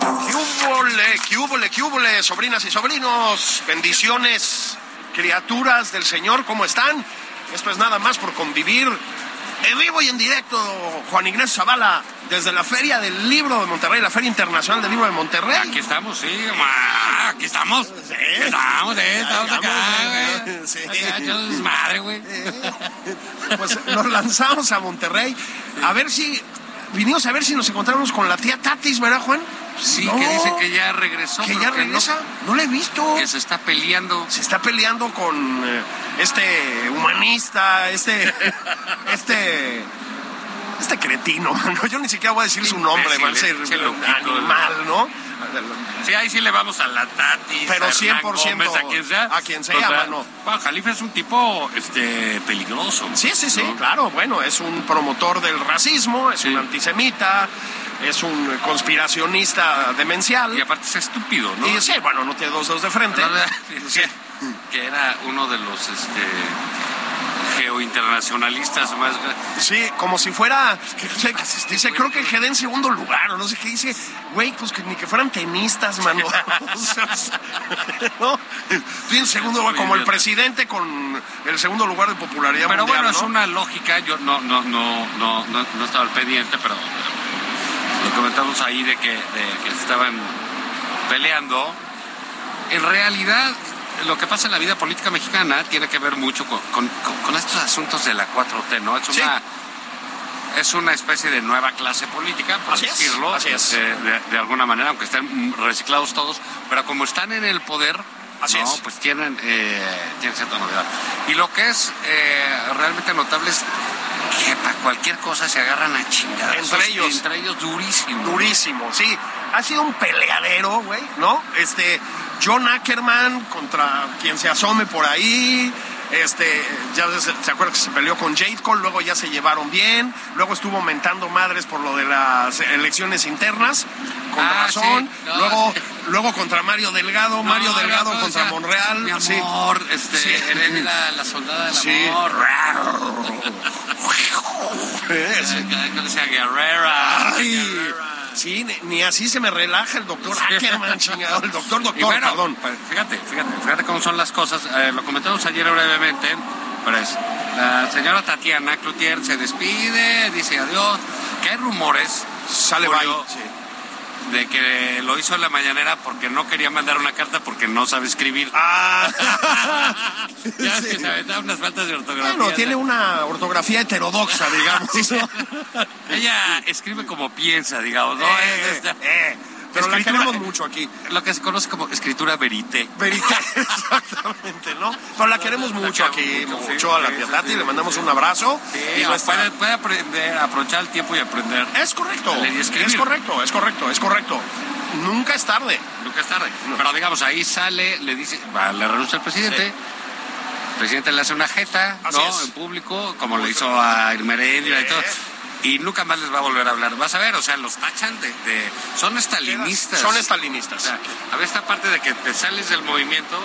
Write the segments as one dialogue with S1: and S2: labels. S1: ¿Qué húbole, qué húbole, qué húbole, sobrinas y sobrinos? Bendiciones, criaturas del Señor, ¿cómo están? Esto es nada más por convivir. En vivo y en directo, Juan Ignacio Zavala, desde la Feria del Libro de Monterrey, la Feria Internacional del Libro de
S2: Aquí
S1: Monterrey.
S2: estamos, sí, ma, aquí estamos. Estamos, sí, estamos acá,
S1: Estamos,
S2: güey.
S1: sí.
S2: Acá, echando desmadre, güey.
S1: Pues nos lanzamos a Monterrey a ver si. Vinimos a ver si nos encontramos con la tía Tatis, ¿verdad, Juan?
S2: Sí,
S1: No,
S2: que dice que ya regresó.
S1: que
S2: pero
S1: ya
S2: no-
S1: regresa. No, la he visto.
S2: que se está peleando.
S1: se está peleando con eh, este humanista, este, este, este cretino, ¿no? Yo ni siquiera voy a decir su nombre,
S2: Imbécil,
S1: man, ese
S2: ese loquito.
S1: animal, ¿no?
S2: Sí, ahí sí le vamos a la Tati.
S1: Pero
S2: a Hernán
S1: 100%
S2: Gómez, a quien sea.
S1: a quien sea, mano.
S2: Juan Jalifa es un tipo este, peligroso.
S1: Sí, sí, sí,
S2: ¿no?
S1: claro, bueno, es un promotor del racismo, es
S2: Sí.
S1: un antisemita, es un conspiracionista demencial.
S2: Y aparte es estúpido, ¿no?
S1: Y sí, bueno, no tiene dos dedos de frente.
S2: La verdad, que, que era uno de los este, geointernacionalistas más grandes.
S1: Sí, como si fuera. dice- dice, creo que quedé en segundo lugar, o no sé qué dice. Güey, pues que ni que fueran tenistas, mano. O sea, ¿No? Estoy en segundo lugar, como el
S2: Idiota.
S1: presidente con el segundo lugar de popularidad
S2: Pero
S1: mundial,
S2: bueno, es
S1: ¿no?
S2: una lógica, yo no, no, no, no, no, no estaba al pendiente, pero eh, lo comentamos ahí de que, de que se estaban peleando. En realidad, lo que pasa en la vida política mexicana tiene que ver mucho con, con- con- con estos asuntos de la 4T, ¿no? Es
S1: Sí.
S2: una, es una especie de nueva clase política, por
S1: Así es,
S2: decirlo,
S1: así es.
S2: este, de, de alguna manera, aunque estén mm, reciclados todos, pero como están en el poder,
S1: Así
S2: ¿no?
S1: es.
S2: pues tienen, eh, tienen cierta novedad. Y lo que es eh, realmente notable es que para cualquier cosa se agarran a chingadas.
S1: Entre ellos.
S2: Entre ellos durísimo.
S1: Durísimo, sí. Ha sido un peleadero, güey, ¿no? Este, John Ackerman contra quien se asome por ahí. Este, ya se, se acuerda que se peleó con Jade Cole, luego ya se llevaron bien, luego estuvo mentando madres por lo de las elecciones internas, con
S2: Ah,
S1: razón,
S2: sí, no,
S1: luego,
S2: sí.
S1: luego contra Mario Delgado,
S2: No,
S1: Mario
S2: no,
S1: Delgado
S2: no, o
S1: contra
S2: sea,
S1: Monreal,
S2: Mi
S1: sí.
S2: amor, este,
S1: Sí.
S2: eres la, la soldada del
S1: Sí.
S2: amor.
S1: Eh, sí.
S2: Que decía guerrera.
S1: Ay,
S2: guerrera.
S1: sí, ni, ni así se me relaja el doctor Ackerman, Ah, chingado, el doctor, doctor,
S2: Y bueno,
S1: perdón.
S2: pues, Fíjate, fíjate, fíjate cómo son las cosas. Eh, lo comentamos ayer brevemente, pero es la señora Tatiana Cloutier se despide, dice adiós. Que hay rumores
S1: Sale
S2: Julio,
S1: bye. Sí.
S2: de que lo hizo en la mañanera porque no quería mandar una carta porque no sabe escribir.
S1: Ah.
S2: ya ves que
S1: Sí.
S2: se aventaban unas faltas de ortografía.
S1: Bueno, tiene una ortografía heterodoxa, digamos. ¿no?
S2: Ella escribe como piensa, digamos, ¿no?
S1: Eh,
S2: Es esta-
S1: eh, pero la
S2: Escritura-
S1: queremos mucho aquí.
S2: Lo que se conoce como escritura verité.
S1: Verita, exactamente, ¿no? Pero la queremos
S2: La
S1: mucho
S2: queremos
S1: aquí,
S2: mucho,
S1: mucho a la
S2: sí,
S1: tía
S2: sí,
S1: Tati,
S2: sí,
S1: le mandamos
S2: sí.
S1: un abrazo.
S2: Sí,
S1: y nuestra-
S2: puede, puede aprender, aprovechar el tiempo y aprender.
S1: Es correcto,
S2: Leer y escribir.
S1: es correcto, es correcto, es correcto. Nunca es tarde.
S2: Nunca es tarde. Pero digamos, ahí sale, le dice, va, le renuncia al presidente.
S1: Sí.
S2: El presidente le hace una jeta,
S1: Así
S2: ¿no?
S1: es.
S2: En público, como le hizo a Irmerendia
S1: Sí.
S2: y todo. Y nunca más les va a volver a hablar. Vas a ver, o sea, los tachan de. de- son estalinistas.
S1: Son
S2: O
S1: estalinistas.
S2: sea, a ver esta parte de que te sales del movimiento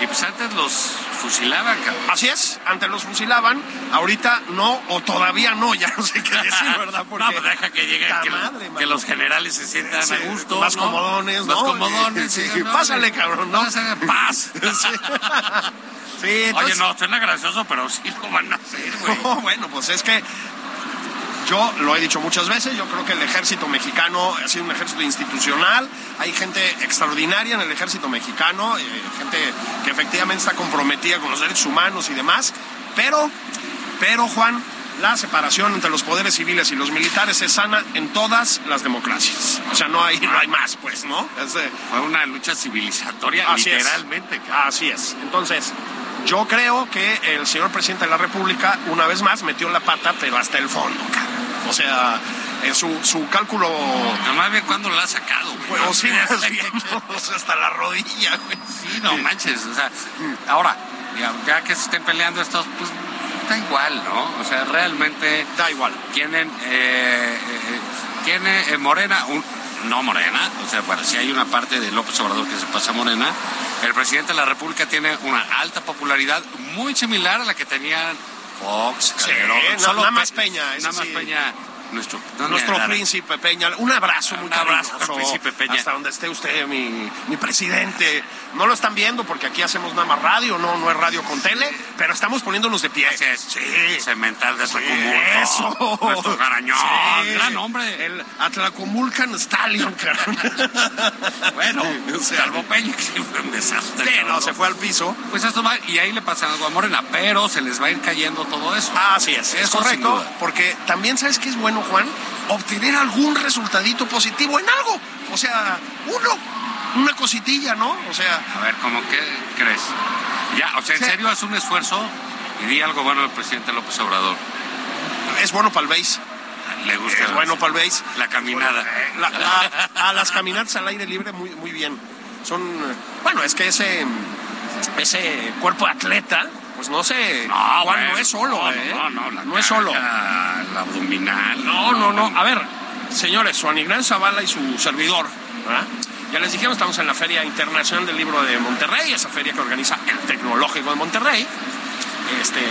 S2: y pues antes los fusilaban, cabrón.
S1: Así es, antes los fusilaban, ahorita no, o todavía no, ya no sé qué decir, ¿verdad? Porque
S2: no, pues deja que lleguen,
S1: Ta
S2: que, los-
S1: madre,
S2: que
S1: mano.
S2: los generales se sientan
S1: Sí,
S2: a gusto.
S1: más
S2: ¿no?
S1: comodones,
S2: Más
S1: ¿no?
S2: comodones.
S1: Sí,
S2: digan, no,
S1: pásale,
S2: hombre,
S1: cabrón, ¿no?
S2: pásale, paz.
S1: Sí,
S2: Oye,
S1: entonces-
S2: no, suena gracioso, pero sí lo van a hacer, güey.
S1: No, bueno, pues es que Yo lo he dicho muchas veces, yo creo que el ejército mexicano ha sido un ejército institucional, hay gente extraordinaria en el ejército mexicano, eh, gente que efectivamente está comprometida con los derechos humanos y demás, pero, pero Juan, la separación entre los poderes civiles y los militares es sana en todas las democracias. O sea, no hay, no hay más, pues, ¿no? Es de-
S2: Fue una lucha civilizatoria,
S1: Así es.
S2: literalmente. cabrón.
S1: Así es. Entonces, yo creo que el señor presidente de la República, una vez más, metió la pata, pero hasta el fondo, cabrón. O sea, en su, su cálculo.
S2: Nada más ve cuándo la ha sacado, güey.
S1: Pues, sí, más bien, ¿no? O sea, hasta la rodilla, güey. Eh,
S2: Sí, no manches, o sea, ahora, ya, ya que se estén peleando estos, pues da igual, ¿no? O sea, realmente
S1: Da igual.
S2: tienen, eh, eh, tiene eh, Morena, un, no Morena, o sea, bueno, si hay una parte de López Obrador que se pasa a Morena, el presidente de la República tiene una alta popularidad muy similar a la que tenían Fox,
S1: Sí,
S2: Calderón,
S1: no- nada más
S2: Pe-
S1: Peña, ese
S2: nada más
S1: sí.
S2: Peña, nuestro, no,
S1: Nuestro
S2: nada.
S1: príncipe Peña, un abrazo muy
S2: Un abrazo,
S1: cariñoso.
S2: príncipe Peña.
S1: Hasta donde esté usted, mi, mi presidente. No lo están viendo porque aquí hacemos nada más radio, no, no es radio con tele, pero estamos poniéndonos de pie.
S2: Así es.
S1: Sí.
S2: Cemental de
S1: Sí,
S2: Tucumán.
S1: Eso.
S2: Nuestro garañón.
S1: Sí.
S2: Gran hombre.
S1: El Atlacomulcan Stallion, cabrón.
S2: Bueno,
S1: O sea,
S2: salvo Peña, que sí fue un desastre.
S1: sí, no,
S2: cabrón.
S1: se fue al piso.
S2: Pues esto va, y ahí le pasa algo a Morena, pero se les va a ir cayendo todo eso.
S1: Así es, es
S2: Eso sin
S1: correcto.
S2: duda.
S1: Porque también sabes que es bueno, Juan, obtener algún resultadito positivo en algo. O sea, uno, una cositilla, ¿no? O sea,
S2: A ver, ¿cómo qué crees? Ya, o sea, en
S1: Sí.
S2: serio, haz un esfuerzo y di algo bueno al presidente López Obrador.
S1: es bueno para el base.
S2: Le gusta
S1: Es bueno para el base.
S2: la caminada.
S1: La- la- a las caminatas al aire libre muy, muy bien. Son, eh, bueno, es que ese, ese cuerpo atleta, pues no sé, Juan,
S2: güey,
S1: no es solo,
S2: no,
S1: ¿eh?
S2: No, no, la
S1: es solo.
S2: caja, La abdominal.
S1: No, no, no. A ver, señores, Juan Ignacio Zavala y su servidor, ¿verdad? ya les dijimos, estamos en la Feria Internacional del Libro de Monterrey, esa feria que organiza el Tecnológico de Monterrey. Este,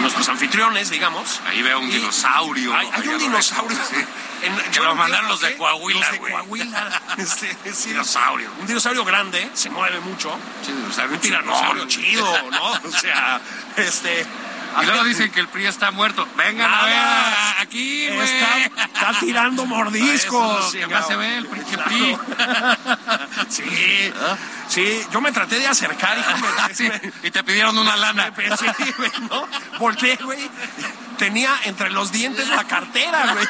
S1: nuestros anfitriones, digamos.
S2: Ahí veo un
S1: Y-
S2: dinosaurio.
S1: Hay, hay
S2: Ahí
S1: un
S2: lo
S1: dinosaurio.
S2: veo.
S1: En-
S2: Que
S1: yo
S2: lo
S1: no entiendo
S2: mandaron los de
S1: qué,
S2: Coahuila,
S1: Los de
S2: güey.
S1: Coahuila. Este, sí,
S2: Dinosaurio.
S1: Un dinosaurio grande, se mueve mucho.
S2: Sí, dinosaurio.
S1: Un tiranosaurio chido, ¿no? O sea, este.
S2: Y luego dicen que el PRI está muerto. Vengan
S1: Nada.
S2: a ver, a- aquí, güey.
S1: Está, está tirando mordiscos.
S2: Eso es lo que más se ve, el PRI, que PRI.
S1: Sí, sí, yo me traté de acercar y
S2: Ah, Sí, y te pidieron una lana.
S1: me- sí, güey, ¿no? Volteé, güey. Tenía entre los dientes la cartera, güey.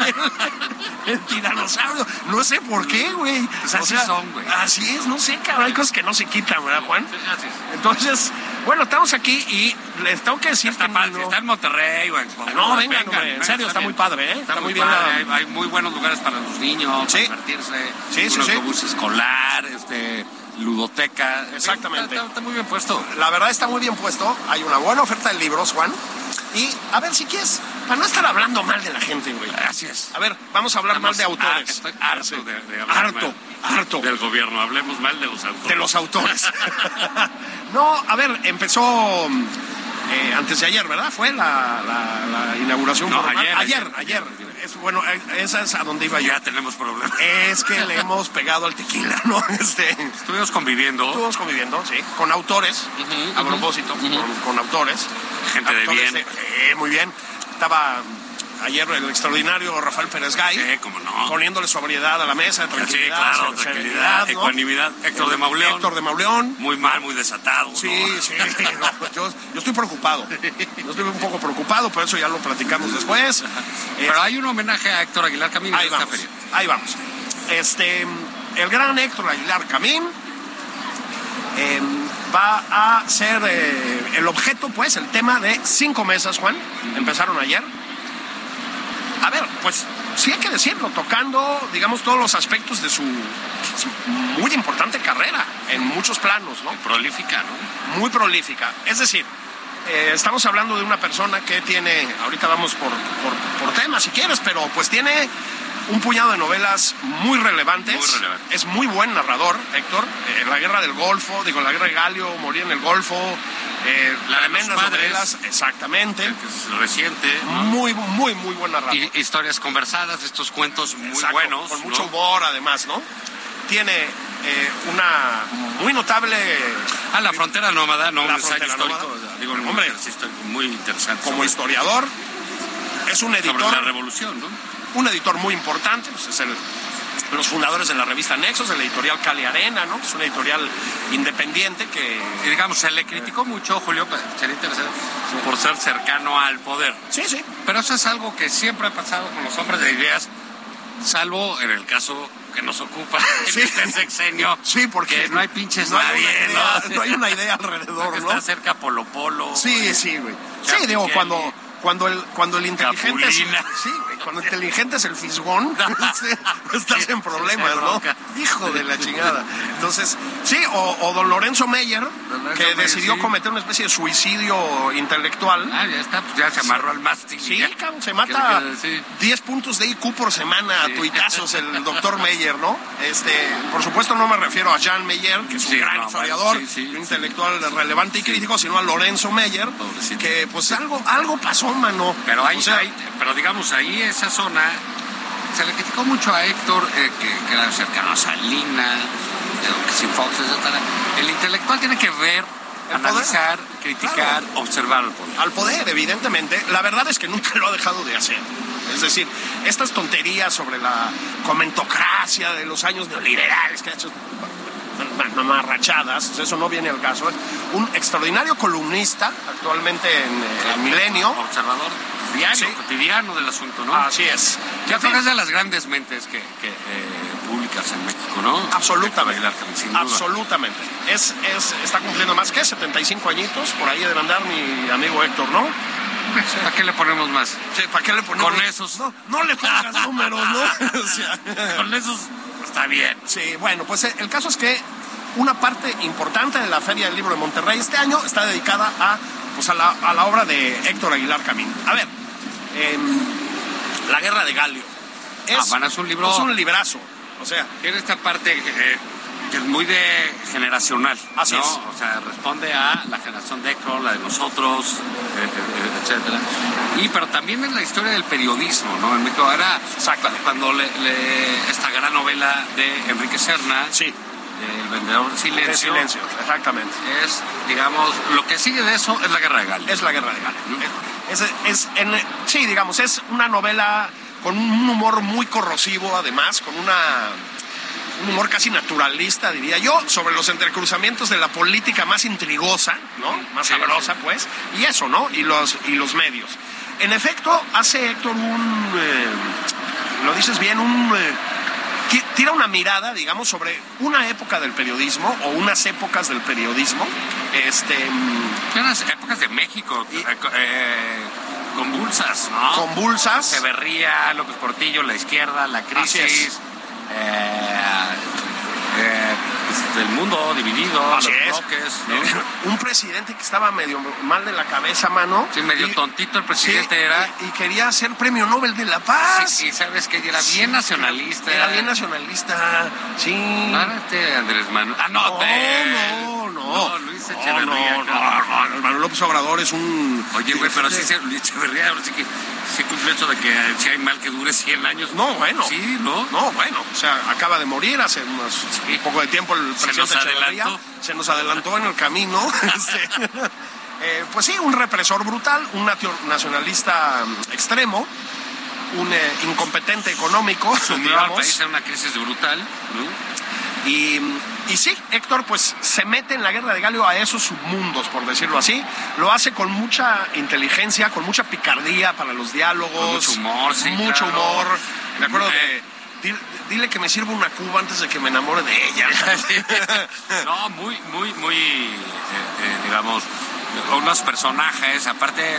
S1: El tiranosaurio. No sé por qué, güey.
S2: Pues así son, güey.
S1: Así es, no sé, cabrón. Hay cosas que no se quitan, ¿verdad, Juan?
S2: Así es.
S1: Entonces, bueno, estamos aquí y les tengo que decir
S2: Está
S1: que
S2: padre,
S1: no-
S2: si está en Monterrey o en Coahuila,
S1: No, vengan,
S2: vengan,
S1: hombre, en
S2: vengan,
S1: serio, está muy
S2: bien.
S1: padre, ¿eh?
S2: Está,
S1: Está
S2: muy,
S1: muy bien
S2: padre,
S1: la-
S2: hay, hay muy buenos lugares para los niños,
S1: Sí.
S2: para divertirse,
S1: Sí, sí,
S2: un
S1: sí.
S2: autobús escolar, este, ludoteca.
S1: Exactamente.
S2: Está, está- está muy bien puesto.
S1: La verdad está muy bien puesto. Hay una buena oferta de libros, Juan. Y a ver si quieres, para no estar hablando mal de la gente, güey.
S2: Así es.
S1: A ver, vamos a hablar mal
S2: Estamos
S1: de autores.
S2: har- ah, estoy harto de- de hablar
S1: harto,
S2: mal.
S1: harto
S2: Del gobierno, hablemos mal de los autores.
S1: de los autores. no, a ver, empezó eh, antes de ayer, ¿verdad? Fue la, la- la inauguración.
S2: No,
S1: formal.
S2: ayer,
S1: ayer.
S2: ayer.
S1: ayer. Es, bueno, eh, esa es a donde iba yo.
S2: Ya tenemos problemas.
S1: Es que le hemos pegado al tequila, ¿no? Este,
S2: Estuvimos conviviendo,
S1: estuvimos conviviendo, sí, con autores,
S2: Ujú,
S1: a
S2: ujú,
S1: propósito,
S2: ujú.
S1: con- con autores.
S2: gente de
S1: Actores
S2: bien.
S1: de- eh, muy bien. Estaba ayer el extraordinario Rafael Pérez Gay
S2: Eh, cómo no.
S1: poniéndole sobriedad a la mesa,
S2: Sí,
S1: tranquilidad,
S2: claro,
S1: serenidad,
S2: tranquilidad,
S1: ¿no?
S2: ecuanimidad. Héctor de Mauleón,
S1: Héctor de Mauleón.
S2: muy mal, muy desatado.
S1: Sí,
S2: ¿no?
S1: sí, no, pues yo, yo estoy preocupado. Yo estoy un poco preocupado, pero eso ya lo platicamos después. Eh,
S2: Pero hay un homenaje a Héctor Aguilar Camino
S1: ahí
S2: en esta
S1: vamos.
S2: feria.
S1: Ahí vamos. Este, el gran Héctor Aguilar Camín eh, va a ser eh, el objeto, pues, el tema de cinco mesas, Juan. Empezaron ayer. A ver, pues, sí hay que decirlo, tocando, digamos, todos los aspectos de su su muy importante carrera en muchos planos, ¿no?
S2: Prolífica, ¿no?
S1: muy prolífica. Es decir, eh, estamos hablando de una persona que tiene, ahorita vamos por, por, por temas si quieres, pero pues tiene un puñado de novelas muy relevantes.
S2: Muy relevantes.
S1: Es muy buen narrador, Héctor. Eh, la guerra del Golfo, digo, la guerra de Galio, morir en el Golfo, eh,
S2: La de
S1: tremendas
S2: los padres.
S1: novelas, exactamente.
S2: Que es reciente. ¿no?
S1: Muy, muy, muy buen narrador.
S2: Y historias conversadas, estos cuentos muy
S1: Exacto,
S2: buenos.
S1: Con
S2: ¿no?
S1: mucho humor, además, ¿no? Tiene eh, una muy notable
S2: Ah, la frontera nómada, no,
S1: La
S2: un ensayo
S1: frontera
S2: histórico.
S1: nómada.
S2: Digo, un
S1: Hombre.
S2: ejercicio histórico muy interesante.
S1: como
S2: sobre,
S1: historiador. Es un
S2: sobre la
S1: editor
S2: revolución, ¿no?
S1: un editor muy importante, pues es el los fundadores de la revista Nexos, de la editorial Cali Arena, ¿no? Es una editorial independiente que...
S2: Y digamos, se le criticó mucho, Julio, sería interesante, por ser cercano al poder.
S1: Sí, sí.
S2: Pero eso es algo que siempre ha pasado con los hombres de ideas, salvo en el caso que nos ocupa
S1: Sí.
S2: en este sexenio.
S1: Sí, porque
S2: que no hay pinches
S1: no hay
S2: nadie,
S1: una idea-
S2: ¿no?
S1: no hay una idea alrededor,
S2: Que
S1: ¿no?
S2: Está cerca Polo Polo.
S1: Sí, sí, güey.
S2: Ya,
S1: Sí, digo,
S2: Kelly.
S1: cuando, cuando el, cuando el inteligente es,
S2: Capulina.
S1: sí, güey, cuando el inteligente es el fisgón, sí, estás en problemas,
S2: sí,
S1: ¿no?
S2: bronca.
S1: Hijo de la chingada. Entonces, sí, o, o don Lorenzo Meyer,
S2: Lorenzo
S1: que
S2: Meyer,
S1: decidió
S2: sí.
S1: cometer una especie de suicidio intelectual.
S2: Ah, ya está, pues ya se amarró al mástil.
S1: Sí,
S2: ya.
S1: cabrón, se
S2: Que
S1: mata
S2: le queda- sí.
S1: 10 puntos de IQ por semana a
S2: Sí.
S1: tuitazos el doctor Meyer, ¿no? Este, por supuesto no me refiero a Jean Meyer, que es un
S2: Sí,
S1: gran
S2: no,
S1: historiador,
S2: sí, sí,
S1: un
S2: sí.
S1: intelectual relevante y crítico, sino a Lorenzo Meyer,
S2: Pobrecito.
S1: que pues algo, algo pasó, mano.
S2: Pero ahí,
S1: O sea,
S2: ahí- pero digamos, ahí esa zona se le criticó mucho a Héctor, eh, que, que era cercano a Salina, eh, sin Fox, etc. El intelectual tiene que ver,
S1: El poder.
S2: analizar, criticar,
S1: Claro.
S2: observar el poder.
S1: al poder, evidentemente. La verdad es que nunca lo ha dejado de hacer. Es decir, estas tonterías sobre la comentocracia de los años neoliberales que ha hecho mamarrachadas, eso no viene al caso. Es un extraordinario columnista, actualmente en eh,
S2: Ah,
S1: en Milenio.
S2: Observador diario,
S1: Sí.
S2: cotidiano del asunto, ¿no?
S1: Así es.
S2: Yo
S1: En
S2: creo
S1: fin,
S2: que es de las grandes mentes que, que, eh, públicas en México, ¿no? Héctor
S1: Absolutamente.
S2: Aguilar, sin duda.
S1: Absolutamente. Es, es, está cumpliendo más que 75 añitos, por ahí de andar mi amigo Héctor, ¿no?
S2: ¿Para qué le ponemos más?
S1: ¿Para qué le ponemos?
S2: Con esos.
S1: No, no le pongas números, ¿no? O sea,
S2: Con esos está bien.
S1: Sí, bueno, pues eh, el caso es que una parte importante de la Feria del Libro de Monterrey este año está dedicada a, pues, a, la, a la obra de Héctor Aguilar Camín. A ver, em, La Guerra de Galio.
S2: Ah, bueno, es un libro-
S1: Es un librazo. O sea,
S2: Tiene esta parte eh, que es muy de generacional.
S1: Así
S2: ¿no?
S1: es.
S2: O sea, responde a la generación de Héctor, la de nosotros, eh, eh, etcétera. Y pero también en la historia del periodismo, ¿no? En México era cuando le, le- esta gran novela de Enrique Serna,
S1: sí,
S2: El vendedor del silencio,
S1: de silencio, exactamente.
S2: es, digamos, lo que sigue de eso es la guerra de Gales.
S1: Es La Guerra de Galio. Es, es en- sí, digamos, es una novela con un humor muy corrosivo, además, con una un humor casi naturalista, diría yo, sobre los entrecruzamientos de la política más intrigosa, ¿no? Más
S2: Sí,
S1: sabrosa, pues, y eso, ¿no? Y los, y los medios. En efecto, hace Héctor un, eh, lo dices bien, un... eh, ti- tira una mirada, digamos, sobre una época del periodismo o unas épocas del periodismo, este...
S2: Eran las épocas de México eh, co- eh, convulsas, ¿no?
S1: convulsas.
S2: Ah, Se berría López Portillo, la izquierda, la
S1: Así
S2: crisis,
S1: es.
S2: eh, eh, pues, del mundo dividido,
S1: Así
S2: los
S1: es.
S2: bloques, ¿no?
S1: Un presidente que estaba medio mal de la cabeza, mano.
S2: Sí, medio
S1: Y-
S2: tontito el
S1: sí,
S2: presidente era.
S1: Y, y quería ser premio Nobel de la Paz.
S2: Sí, y sabes que era bien nacionalista.
S1: Era bien nacionalista. Sí.
S2: No era este Andrés Manuel. Ah, no,
S1: No,
S2: te-
S1: no, no.
S2: No, Luis Echeverría.
S1: No, no,
S2: claro.
S1: no, Este- no, Manuel López Obrador es un.
S2: Oye, güey, pero sí, se- Luis Echeverría, ahora sí que sí cumple eso de que eh, si hay mal que dure 100 años.
S1: No, bueno.
S2: Sí, ¿no?
S1: No, bueno, o sea, acaba de morir hace unos- un poco de tiempo el
S2: Se
S1: presidente
S2: nos
S1: Echeverría.
S2: adelantó.
S1: se nos adelantó en el camino. Este, eh, pues sí, un represor brutal, un natio- nacionalista mm, extremo, un eh, incompetente económico,
S2: Sumió al país
S1: digamos.
S2: en una crisis brutal, ¿no?
S1: Y, y sí, Héctor pues se mete en la guerra de Galio a esos submundos, por decirlo así. Lo hace con mucha inteligencia, con mucha picardía para los diálogos.
S2: Con mucho humor, sí,
S1: Mucho
S2: claro.
S1: humor. Me acuerdo de...
S2: Eh.
S1: "Dil- Dile que me sirva una cuba antes de que me enamore de ella.
S2: No, muy, muy, muy, eh, eh, digamos, unos personajes, aparte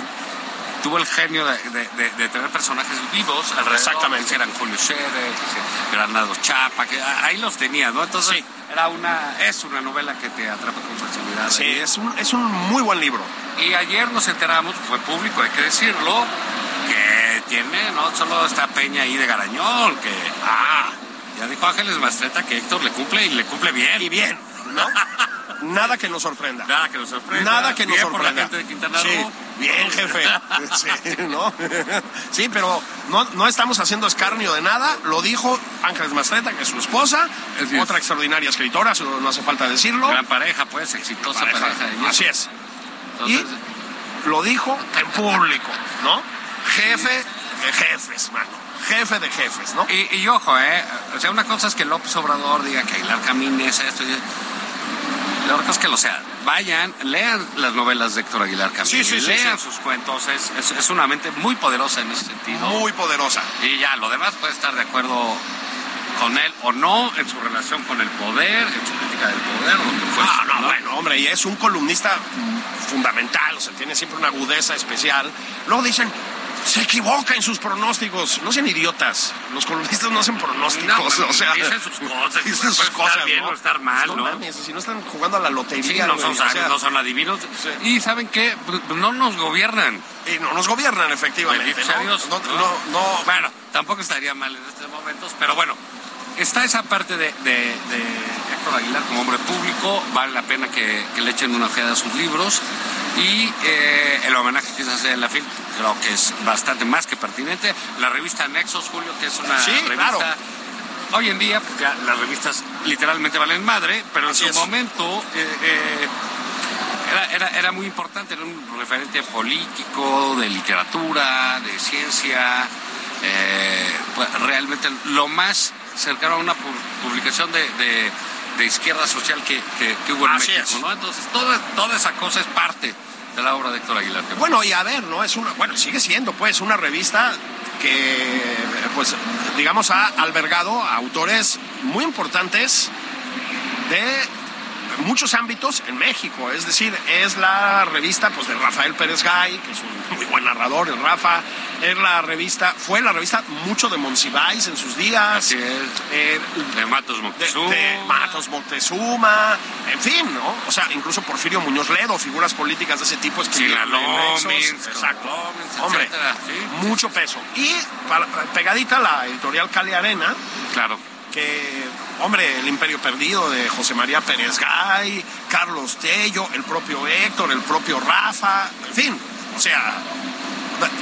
S2: tuvo el genio de, de- de- de tener personajes vivos alrededor,
S1: Exactamente.
S2: que eran Julio Scherer, que se- Granado Chapa, que a- ahí los tenía, ¿no? Entonces
S1: Sí.
S2: era una, es una novela que te atrapa con facilidad.
S1: Sí,
S2: ahí.
S1: es un, es un muy buen libro.
S2: Y ayer nos enteramos, fue público, hay que decirlo, que tiene, no solo esta peña ahí de Garañón, que ah, ya dijo Ángeles Mastreta que Héctor le cumple y le cumple bien.
S1: Y bien, ¿no? Nada que nos sorprenda.
S2: Nada que nos sorprenda.
S1: Nada que nos
S2: Bien
S1: sorprenda.
S2: Por la gente de Quintana
S1: Sí,
S2: Roo.
S1: bien, jefe. Sí, ¿no? Sí, pero no, no estamos haciendo escarnio de nada. Lo dijo Ángeles Mastreta, que es su esposa,
S2: Así es.
S1: otra extraordinaria escritora, eso no hace falta decirlo.
S2: Gran pareja, pues, exitosa
S1: Pareja.
S2: pareja. ellos.
S1: Así es.
S2: Entonces,
S1: Lo dijo en público, ¿no? Jefe de jefes, mano. jefe de jefes, ¿no?
S2: Y, y ojo, ¿eh? O sea, una cosa es que López Obrador diga que Aguilar Camín es esto y la otra es que lo sea. Vayan, lean las novelas de Héctor Aguilar Camín.
S1: Sí, sí, sí,
S2: Lean
S1: sí.
S2: sus cuentos. Es, es- es una mente muy poderosa en ese sentido.
S1: Muy poderosa.
S2: Y ya, lo demás puede estar de acuerdo con él o no en su relación con el poder, en su crítica del poder. lo que fuese,
S1: Ah, no, bueno, hombre, y es un columnista mm, fundamental, o sea, tiene siempre una agudeza especial. Luego dicen, se equivoca en sus pronósticos. No sean idiotas, los columnistas no hacen pronósticos,
S2: No,
S1: o sea...
S2: dicen sus cosas,
S1: dicen
S2: puede
S1: sus
S2: estar bien o estar mal, ¿no?
S1: mames, si no están jugando a la lotería...
S2: Sí, no
S1: güey,
S2: son,
S1: o sea,
S2: sabios, no son adivinos.
S1: Sí.
S2: Y ¿saben qué? Pues, No nos gobiernan.
S1: y no nos gobiernan, efectivamente,
S2: Bendito sea Dios,
S1: ¿no? No,
S2: ¿no?
S1: no, no,
S2: Pues, Bueno, tampoco estaría mal en estos momentos, pero bueno, está esa parte de, de, de Héctor Aguilar como hombre público, vale la pena que, que le echen una ojeada a sus libros y eh, el homenaje que se hace en la film creo que es bastante más que pertinente. La revista Nexos, Julio, que es una
S1: Sí,
S2: revista...
S1: claro.
S2: Hoy en día pues, ya las revistas literalmente valen madre, pero en
S1: Así
S2: su
S1: es.
S2: momento... eh, eh, era, era, era muy importante, era un referente político, de literatura, de ciencia, eh, pues, realmente lo más cercano a una pu- publicación de, de- de izquierda social que, que- que hubo en
S1: Así
S2: México.
S1: es.
S2: ¿no? Entonces, toda, toda esa cosa es parte de la obra de Héctor Aguilar. Camín.
S1: Bueno, y a ver, ¿no? Es una, bueno, sigue siendo, pues, una revista que, pues, digamos, ha albergado a autores muy importantes de muchos ámbitos en México. Es decir, es la revista, pues, de Rafael Pérez Gay, que es un muy buen narrador, el Rafa. Es la revista, fue la revista mucho de Monsiváis en sus días.
S2: Así es.
S1: Eh,
S2: de Matos
S1: de,
S2: Moctezuma.
S1: de Matos Moctezuma, en fin, ¿no? O sea, incluso Porfirio Muñoz Ledo, figuras políticas de ese tipo escribieron en
S2: Sinaloa,
S1: Nexos.
S2: Minsk,
S1: exacto.
S2: Sinaloa,
S1: Hombre,
S2: etcétera, sí.
S1: mucho peso. Y para- pegadita la editorial Cali Arena,
S2: Claro.
S1: que, hombre, El Imperio Perdido de José María Pérez Gay, Carlos Tello, el propio Héctor, el propio Rafa, en fin, o sea,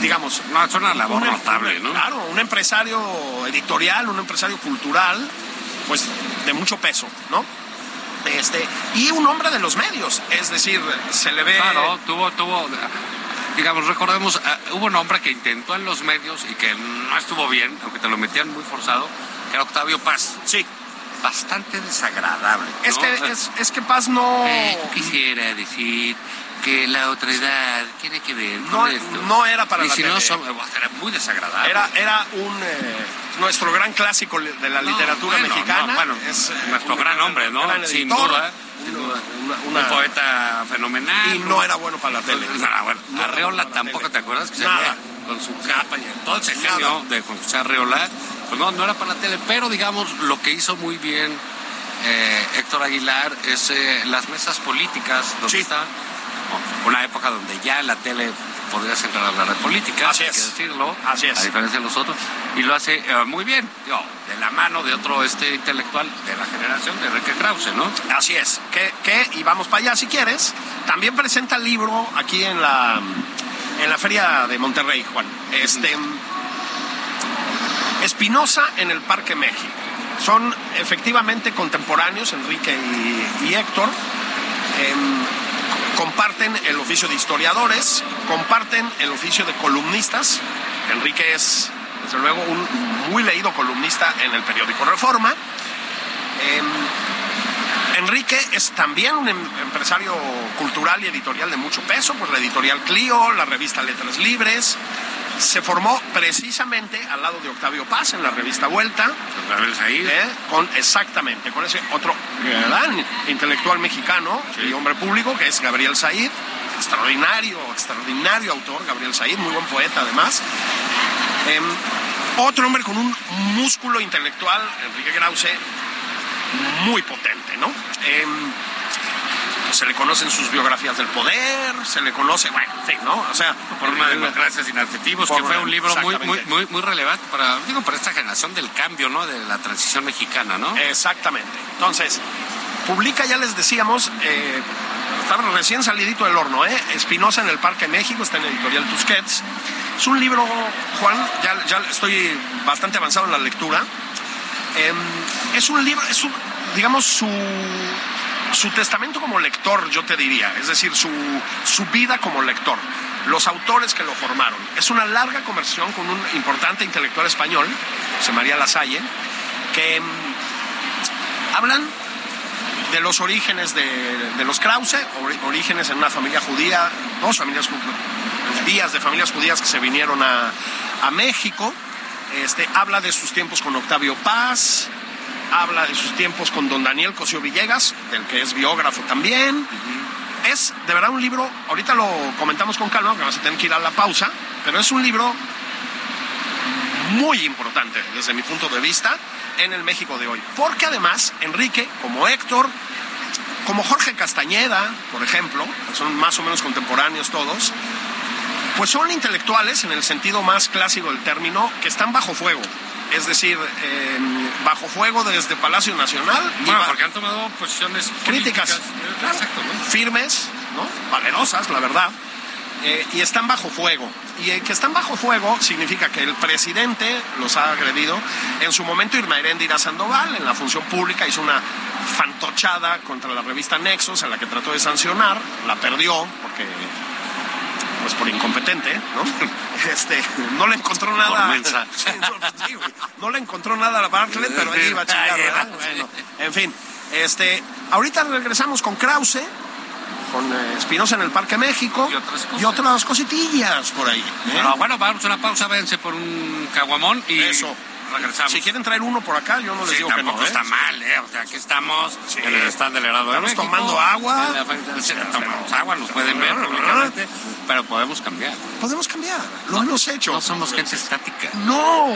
S1: digamos,
S2: No, es una labor
S1: un em-
S2: notable,
S1: un-
S2: ¿no?
S1: Claro, un empresario editorial, un empresario cultural, pues de mucho peso, ¿no? Este, y un hombre de los medios, es decir, se le ve.
S2: Claro, Eh, tuvo, tuvo, digamos, recordemos, ah, hubo un hombre que intentó en los medios y que no estuvo bien, aunque te lo metían muy forzado, que era Octavio Paz.
S1: Sí.
S2: Bastante desagradable. ¿no?
S1: Es que, es, es que Paz no.
S2: Eh, yo quisiera decir que la otra edad tiene que ver con
S1: No-
S2: esto.
S1: no era para
S2: y
S1: la
S2: si no
S1: tele.
S2: son- Era muy desagradable.
S1: Era, era un. eh, nuestro gran clásico le- de la
S2: No,
S1: literatura
S2: bueno,
S1: mexicana.
S2: no, bueno,
S1: es, eh,
S2: nuestro
S1: un
S2: gran hombre, ¿no?
S1: gran
S2: Sin
S1: editor,
S2: duda. sin
S1: una-
S2: duda.
S1: una-
S2: un poeta fenomenal.
S1: Y no era bueno para la tele.
S2: No, bueno,
S1: No era
S2: Arreola
S1: bueno para la
S2: tampoco,
S1: tele.
S2: ¿te acuerdas? Que
S1: Nada.
S2: salía con su capa y entonces
S1: Nada.
S2: genio de Juan José Arreola. Pues no, no era para la tele, pero digamos lo que hizo muy bien eh, Héctor Aguilar es eh, las mesas políticas, donde
S1: Sí.
S2: está o- una época donde ya la tele podría ser a hablar de política,
S1: Así
S2: hay
S1: es.
S2: que decirlo,
S1: Así es.
S2: a diferencia de los otros, y lo hace eh, muy bien, digo, de la mano de otro este intelectual de la generación de Enrique Krause, ¿no?
S1: Así es, que, que- y vamos para allá si quieres. También presenta el libro aquí en la en la feria de Monterrey, Juan. Este Espinosa en el Parque México. Son efectivamente contemporáneos, Enrique y, y Héctor. Em, comparten el oficio de historiadores, comparten el oficio de columnistas. Enrique es, desde luego, un muy leído columnista en el periódico Reforma. Em, Enrique es también un em- empresario cultural y editorial de mucho peso, pues la editorial Clio, la revista Letras Libres. Se formó precisamente al lado de Octavio Paz en la revista Vuelta.
S2: Gabriel Said.
S1: ¿eh? con exactamente con ese otro gran intelectual mexicano y hombre público que es Gabriel Said, extraordinario, extraordinario autor, Gabriel Said, muy buen poeta además. Em, otro hombre con un músculo intelectual, Enrique Krause, muy potente, ¿no? Em, pues, se le conocen sus biografías del poder, se le conoce, bueno, en fin, ¿no? O sea,
S2: Por una democracia sin adjetivos, Pues que
S1: Por
S2: fue
S1: una-
S2: un libro muy, muy,
S1: exactamente.
S2: muy, muy relevante para, digo, para esta generación del cambio, ¿no? De la transición mexicana, ¿no?
S1: Eh, Exactamente. Entonces, publica, ya les decíamos, eh, estaba recién salidito del horno, ¿eh? Espinosa en el Parque México, está en Editorial Tusquets. Es un libro, Juan, ya, ya estoy bastante avanzado en la lectura. Em, es un libro, es un- digamos, su, su testamento como lector, yo te diría, es decir, su, su vida como lector. los autores que lo formaron. Es una larga conversación con un importante intelectual español, José María Lasalle, que em, mm, hablan de los orígenes de, de los Krause, ori- orígenes en una familia judía, dos familias ju- judías, de familias judías que se vinieron a, a México. Este, habla de sus tiempos con Octavio Paz, habla de sus tiempos con don Daniel Cosío Villegas, del que es biógrafo también. Es de verdad un libro, ahorita lo comentamos con calma, que vamos a tener que ir a la pausa, pero es un libro muy importante desde mi punto de vista en el México de hoy. Porque además, Enrique, como Héctor, como Jorge Castañeda, por ejemplo, que son más o menos contemporáneos todos, pues son intelectuales en el sentido más clásico del término, que están bajo fuego. Es decir, eh, bajo fuego desde Palacio Nacional. y
S2: Bueno,
S1: ba-
S2: porque han tomado posiciones
S1: críticas claro,
S2: Exacto, ¿no?
S1: firmes, ¿no? valerosas, la verdad, eh, y están bajo fuego. Y el que están bajo fuego significa que el presidente los ha agredido. En su momento, Irma Heréndira Sandoval, en la función pública, hizo una fantochada contra la revista Nexos, en la que trató de sancionar, la perdió, porque pues por incompetente, ¿no? Este, no le encontró nada.
S2: Por mensa.
S1: Sí, no, pues, sí, güey. No le encontró nada a la Bartlett, pero ahí iba a chingar, ¿verdad? Bueno, en fin, este, ahorita regresamos con Krause, con eh, Espinosa en el Parque México
S2: Y otras cosas.
S1: y otras cositillas por ahí. ¿eh?
S2: Ah, bueno, vamos a una pausa, váyanse por un caguamón y
S1: Eso.
S2: regresamos.
S1: Si quieren traer uno por acá, yo no les
S2: Sí,
S1: digo que
S2: tampoco
S1: no. ¿eh?
S2: está mal, ¿eh? O sea, aquí estamos en el stand del Herado de
S1: Estamos
S2: México.
S1: tomando agua.
S2: En la fa- sí, tomamos agua, nos pueden ver públicamente, pero podemos cambiar.
S1: Podemos cambiar, lo hemos hecho.
S2: No somos gente estática.
S1: No,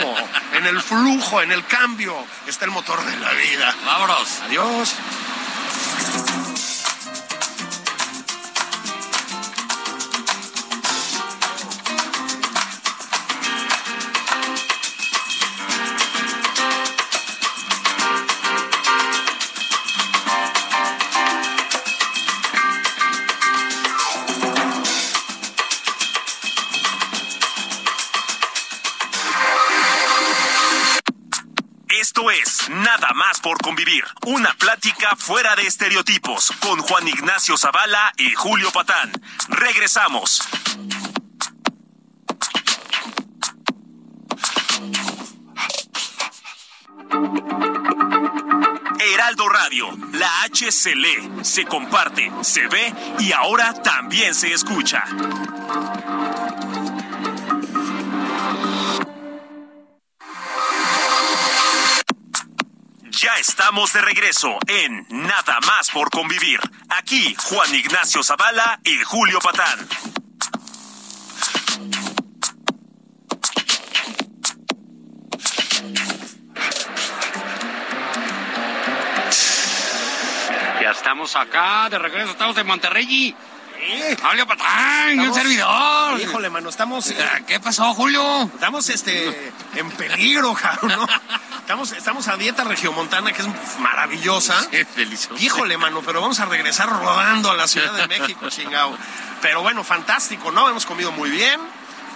S1: en el flujo, en el cambio, está el motor de la vida.
S2: Vámonos.
S1: Adiós.
S3: Esto es Nada más por convivir, una plática fuera de estereotipos con Juan Ignacio Zavala y Julio Patán. Regresamos. Heraldo Radio, la H se lee, se comparte, se ve y ahora también se escucha. Ya estamos de regreso en Nada más por convivir. Aquí Juan Ignacio Zavala y Julio Patán.
S2: Ya estamos acá, de regreso, estamos en Monterrey. Julio Patán, un
S1: Estamos-
S2: servidor.
S1: Híjole, mano, estamos, eh,
S2: Ah, ¿Qué pasó, Julio?
S1: estamos este, en peligro, cabrón. ¿no? Estamos, estamos a dieta regiomontana, que es maravillosa.
S2: Qué delicioso.
S1: Híjole, mano, pero vamos a regresar rodando a la Ciudad de México, chingao. Pero bueno, fantástico, ¿no? Hemos comido muy bien.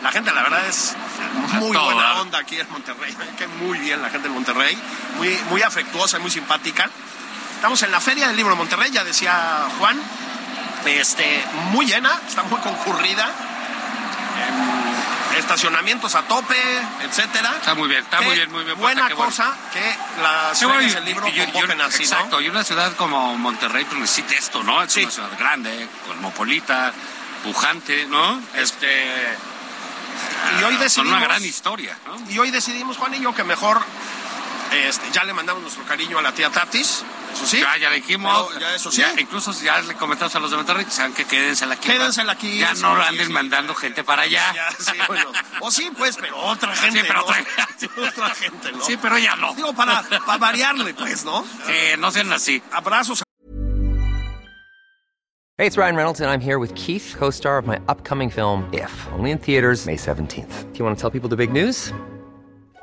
S1: La gente, la verdad, es muy
S2: todo dar.
S1: buena onda aquí en Monterrey. Que muy bien la gente en Monterrey. Muy, muy afectuosa, muy simpática. Estamos en la Feria del Libro de Monterrey, ya decía Juan. Este, muy llena, está muy concurrida. Em, Estacionamientos a tope, etcétera.
S2: Está muy bien, está
S1: Qué
S2: muy bien, muy bien. puesta,
S1: Buena
S2: qué bueno.
S1: cosa que las
S2: Sí, bueno,
S1: ferias
S2: y-
S1: del libro
S2: y- y- y-
S1: convoquen así, ¿no?
S2: Exacto, y una ciudad como Monterrey pues, necesita esto, ¿no? Es
S1: Sí.
S2: una ciudad grande, cosmopolita, pujante, ¿no? Este,
S1: Y hoy
S2: Ah, Son
S1: decidimos,
S2: una gran historia, ¿no?
S1: y hoy decidimos, Juan y yo, que mejor este, ya le mandamos nuestro cariño a la tía Tatis, eso sí.
S2: Pues Ya, ya le dijimos.
S1: Pero ya eso sí.
S2: incluso ya le comentamos a los de Monterrey que saben que quédensela aquí.
S1: Quédensela aquí,
S2: Ya
S1: sí,
S2: no
S1: sí,
S2: anden
S1: sí.
S2: mandando gente para allá.
S1: Ya, sí, bueno. O sí, pues, pero otra gente.
S2: Sí, pero
S1: ¿no?
S2: otra-
S1: Otra gente, ¿no?
S2: Sí, pero ya no.
S1: Digo, para, para variarle, pues, ¿no?
S2: Sí, no sean así.
S1: Abrazos
S4: Hey, it's Ryan Reynolds, and I'm here with Keith, co star of my upcoming film, If, only in theaters, May 17th. Do you want to tell people the big news?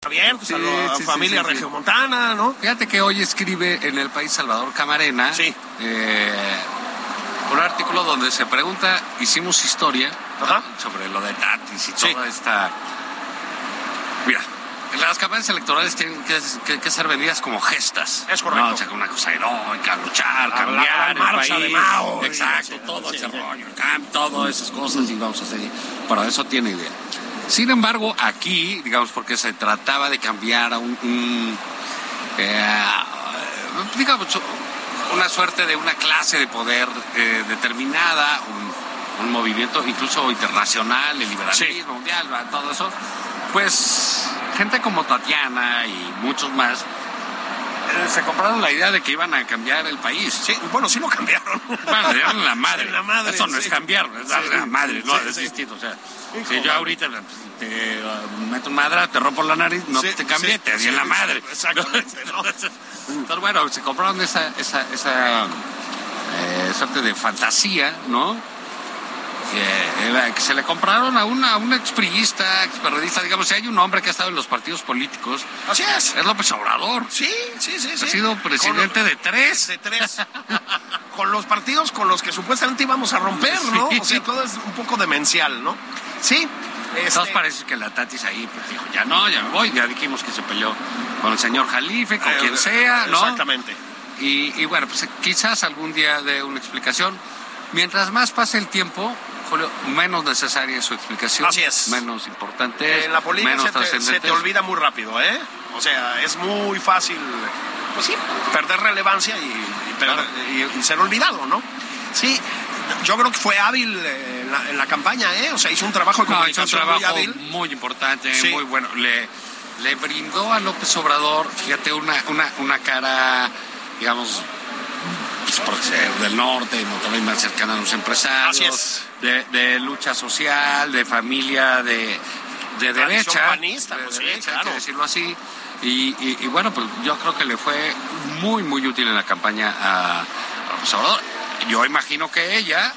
S1: está bien, pues a
S2: Sí,
S1: la
S2: sí, sí,
S1: familia
S2: sí, sí.
S1: regiomontana, ¿no?
S2: Fíjate que hoy escribe en el país Salvador Camarena
S1: Sí.
S2: eh, un artículo donde se pregunta, hicimos historia
S1: Ajá.
S2: ¿no? sobre lo de Tatis y
S1: Sí.
S2: toda esta... Mira, las campañas electorales tienen que, que- que ser vendidas como gestas.
S1: Es correcto.
S2: No, o sea, como una cosa heroica,
S1: La-
S2: luchar,
S1: la
S2: cambiar
S1: gran
S2: el
S1: marcha
S2: país.
S1: de Mao.
S2: Exacto,
S1: Sí,
S2: todo
S1: sí,
S2: ese
S1: sí.
S2: rollo, el camp, todas esas cosas y vamos a hacer. Para eso tiene idea. Sin embargo, aquí, digamos, porque se trataba de cambiar a un- un eh, digamos, una suerte de una clase de poder eh, determinada, un, un movimiento incluso internacional, el liberalismo mundial, va, todo eso, pues gente como Tatiana y muchos más eh, se compraron la idea de que iban a cambiar el país.
S1: Sí, bueno, sí lo cambiaron.
S2: Bueno, le dieron la madre.
S1: La madre,
S2: Eso no es
S1: sí.
S2: cambiar, es darle
S1: Sí.
S2: la madre, no,
S1: Sí,
S2: es
S1: sí.
S2: distinto. O sea,
S1: Híjole.
S2: si yo ahorita pues, te eh, meto un madra, te rompo la nariz, no
S1: Sí,
S2: te cambié,
S1: sí,
S2: te di
S1: sí,
S2: en la
S1: sí,
S2: madre.
S1: exactamente, ¿no?
S2: Entonces, entonces, bueno, se compraron esa, esa, esa eh, suerte de fantasía, ¿no? Que, era- que se le compraron a, una, a un exprillista, experredista, digamos, si hay un hombre que ha estado en los partidos políticos,
S1: Así es.
S2: es López Obrador.
S1: Sí, sí, sí, sí.
S2: Eh. Ha sido presidente de tres.
S1: de tres. con los partidos con los que supuestamente íbamos a romper, ¿no?
S2: Sí.
S1: O sea, todo es un poco demencial, ¿no? Sí.
S2: Entonces
S1: este,
S2: parece que la Tatis ahí pues, dijo, ya no, ya me voy, ya dijimos que se peleó con el señor Jalife, con
S1: eh,
S2: quien sea, ¿no?
S1: Exactamente.
S2: Y, y bueno, pues quizás algún día dé una explicación. Mientras más pase el tiempo, Julio, menos necesaria es su explicación.
S1: Así es.
S2: Menos importante es,
S1: En la política
S2: menos
S1: se te, se
S2: trascendente
S1: te
S2: es.
S1: olvida muy rápido, ¿eh? O sea, es muy fácil, pues sí, perder relevancia y, y perder-
S2: Claro.
S1: y- y ser olvidado, ¿no? Sí, yo creo que fue hábil eh, en la, en la campaña, ¿eh? O sea, hizo un trabajo de
S2: No, hizo un
S1: comunicación
S2: trabajo
S1: muy hábil.
S2: muy importante,
S1: Sí.
S2: muy bueno. Le, le brindó a López Obrador, fíjate, una, una, una cara, digamos, pues, por ser del norte, Monterrey más cercana a los empresarios,
S1: Así es.
S2: de, de lucha social, de familia, de, de
S1: Tradición
S2: derecha.
S1: panista,
S2: de
S1: pues, sí,
S2: derecha, hay
S1: claro.
S2: que decirlo así. Y, y- y bueno, pues yo creo que le fue muy, muy útil en la campaña a a López Obrador. Yo imagino que ella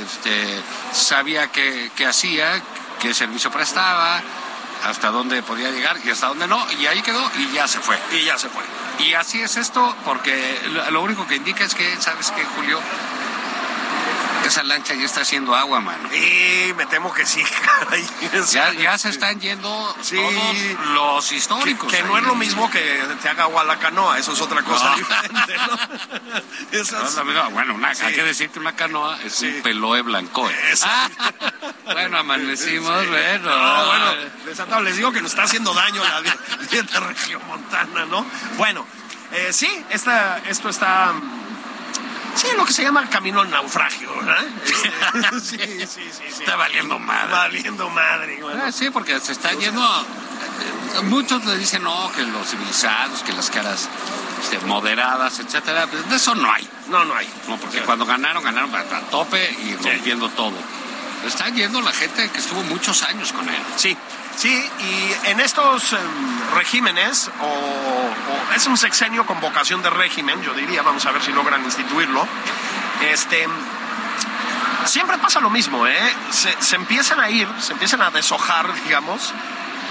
S2: este, sabía qué, qué hacía, qué servicio prestaba, hasta dónde podía llegar y hasta dónde no. Y ahí quedó y ya se fue.
S1: Y ya se fue.
S2: Y así es esto, porque lo, lo único que indica es que, ¿sabes qué, Julio? Esa lancha ya está haciendo agua, mano.
S1: Y me temo que sí, caray.
S2: Ya, ya se están yendo
S1: Sí.
S2: todos los
S1: Que,
S2: históricos.
S1: que no
S2: ahí.
S1: es lo mismo que te haga agua la canoa, eso es otra cosa
S2: No.
S1: diferente, ¿no? Eso
S2: No
S1: es-
S2: es lo mismo. Bueno, una-
S1: Sí.
S2: hay que decirte una canoa es
S1: Sí.
S2: un peloe blanco. eh. Ah, bueno, amanecimos, bueno.
S1: No, bueno, les, no, les digo que nos está haciendo daño la di- dieta regiomontana, ¿no? Bueno, eh, sí, esta, esto está. mm, Sí, lo que se llama camino al naufragio, ¿verdad? Este, sí, sí, sí, sí.
S2: Está valiendo madre.
S1: Valiendo madre, bueno.
S2: Ah, sí, porque se está yendo. eh, Muchos le dicen, no, que los civilizados, que las caras este, moderadas, etcétera. Pues, De eso no hay.
S1: No, no hay.
S2: No, porque cuando ganaron, ganaron a a tope y rompiendo todo. Está yendo la gente que estuvo muchos años con él.
S1: Sí, sí, y en estos em, regímenes, o, o es un sexenio con vocación de régimen, yo diría, vamos a ver si logran instituirlo, este, siempre pasa lo mismo, ¿eh? Se, se empiezan a ir, se empiezan a deshojar, digamos,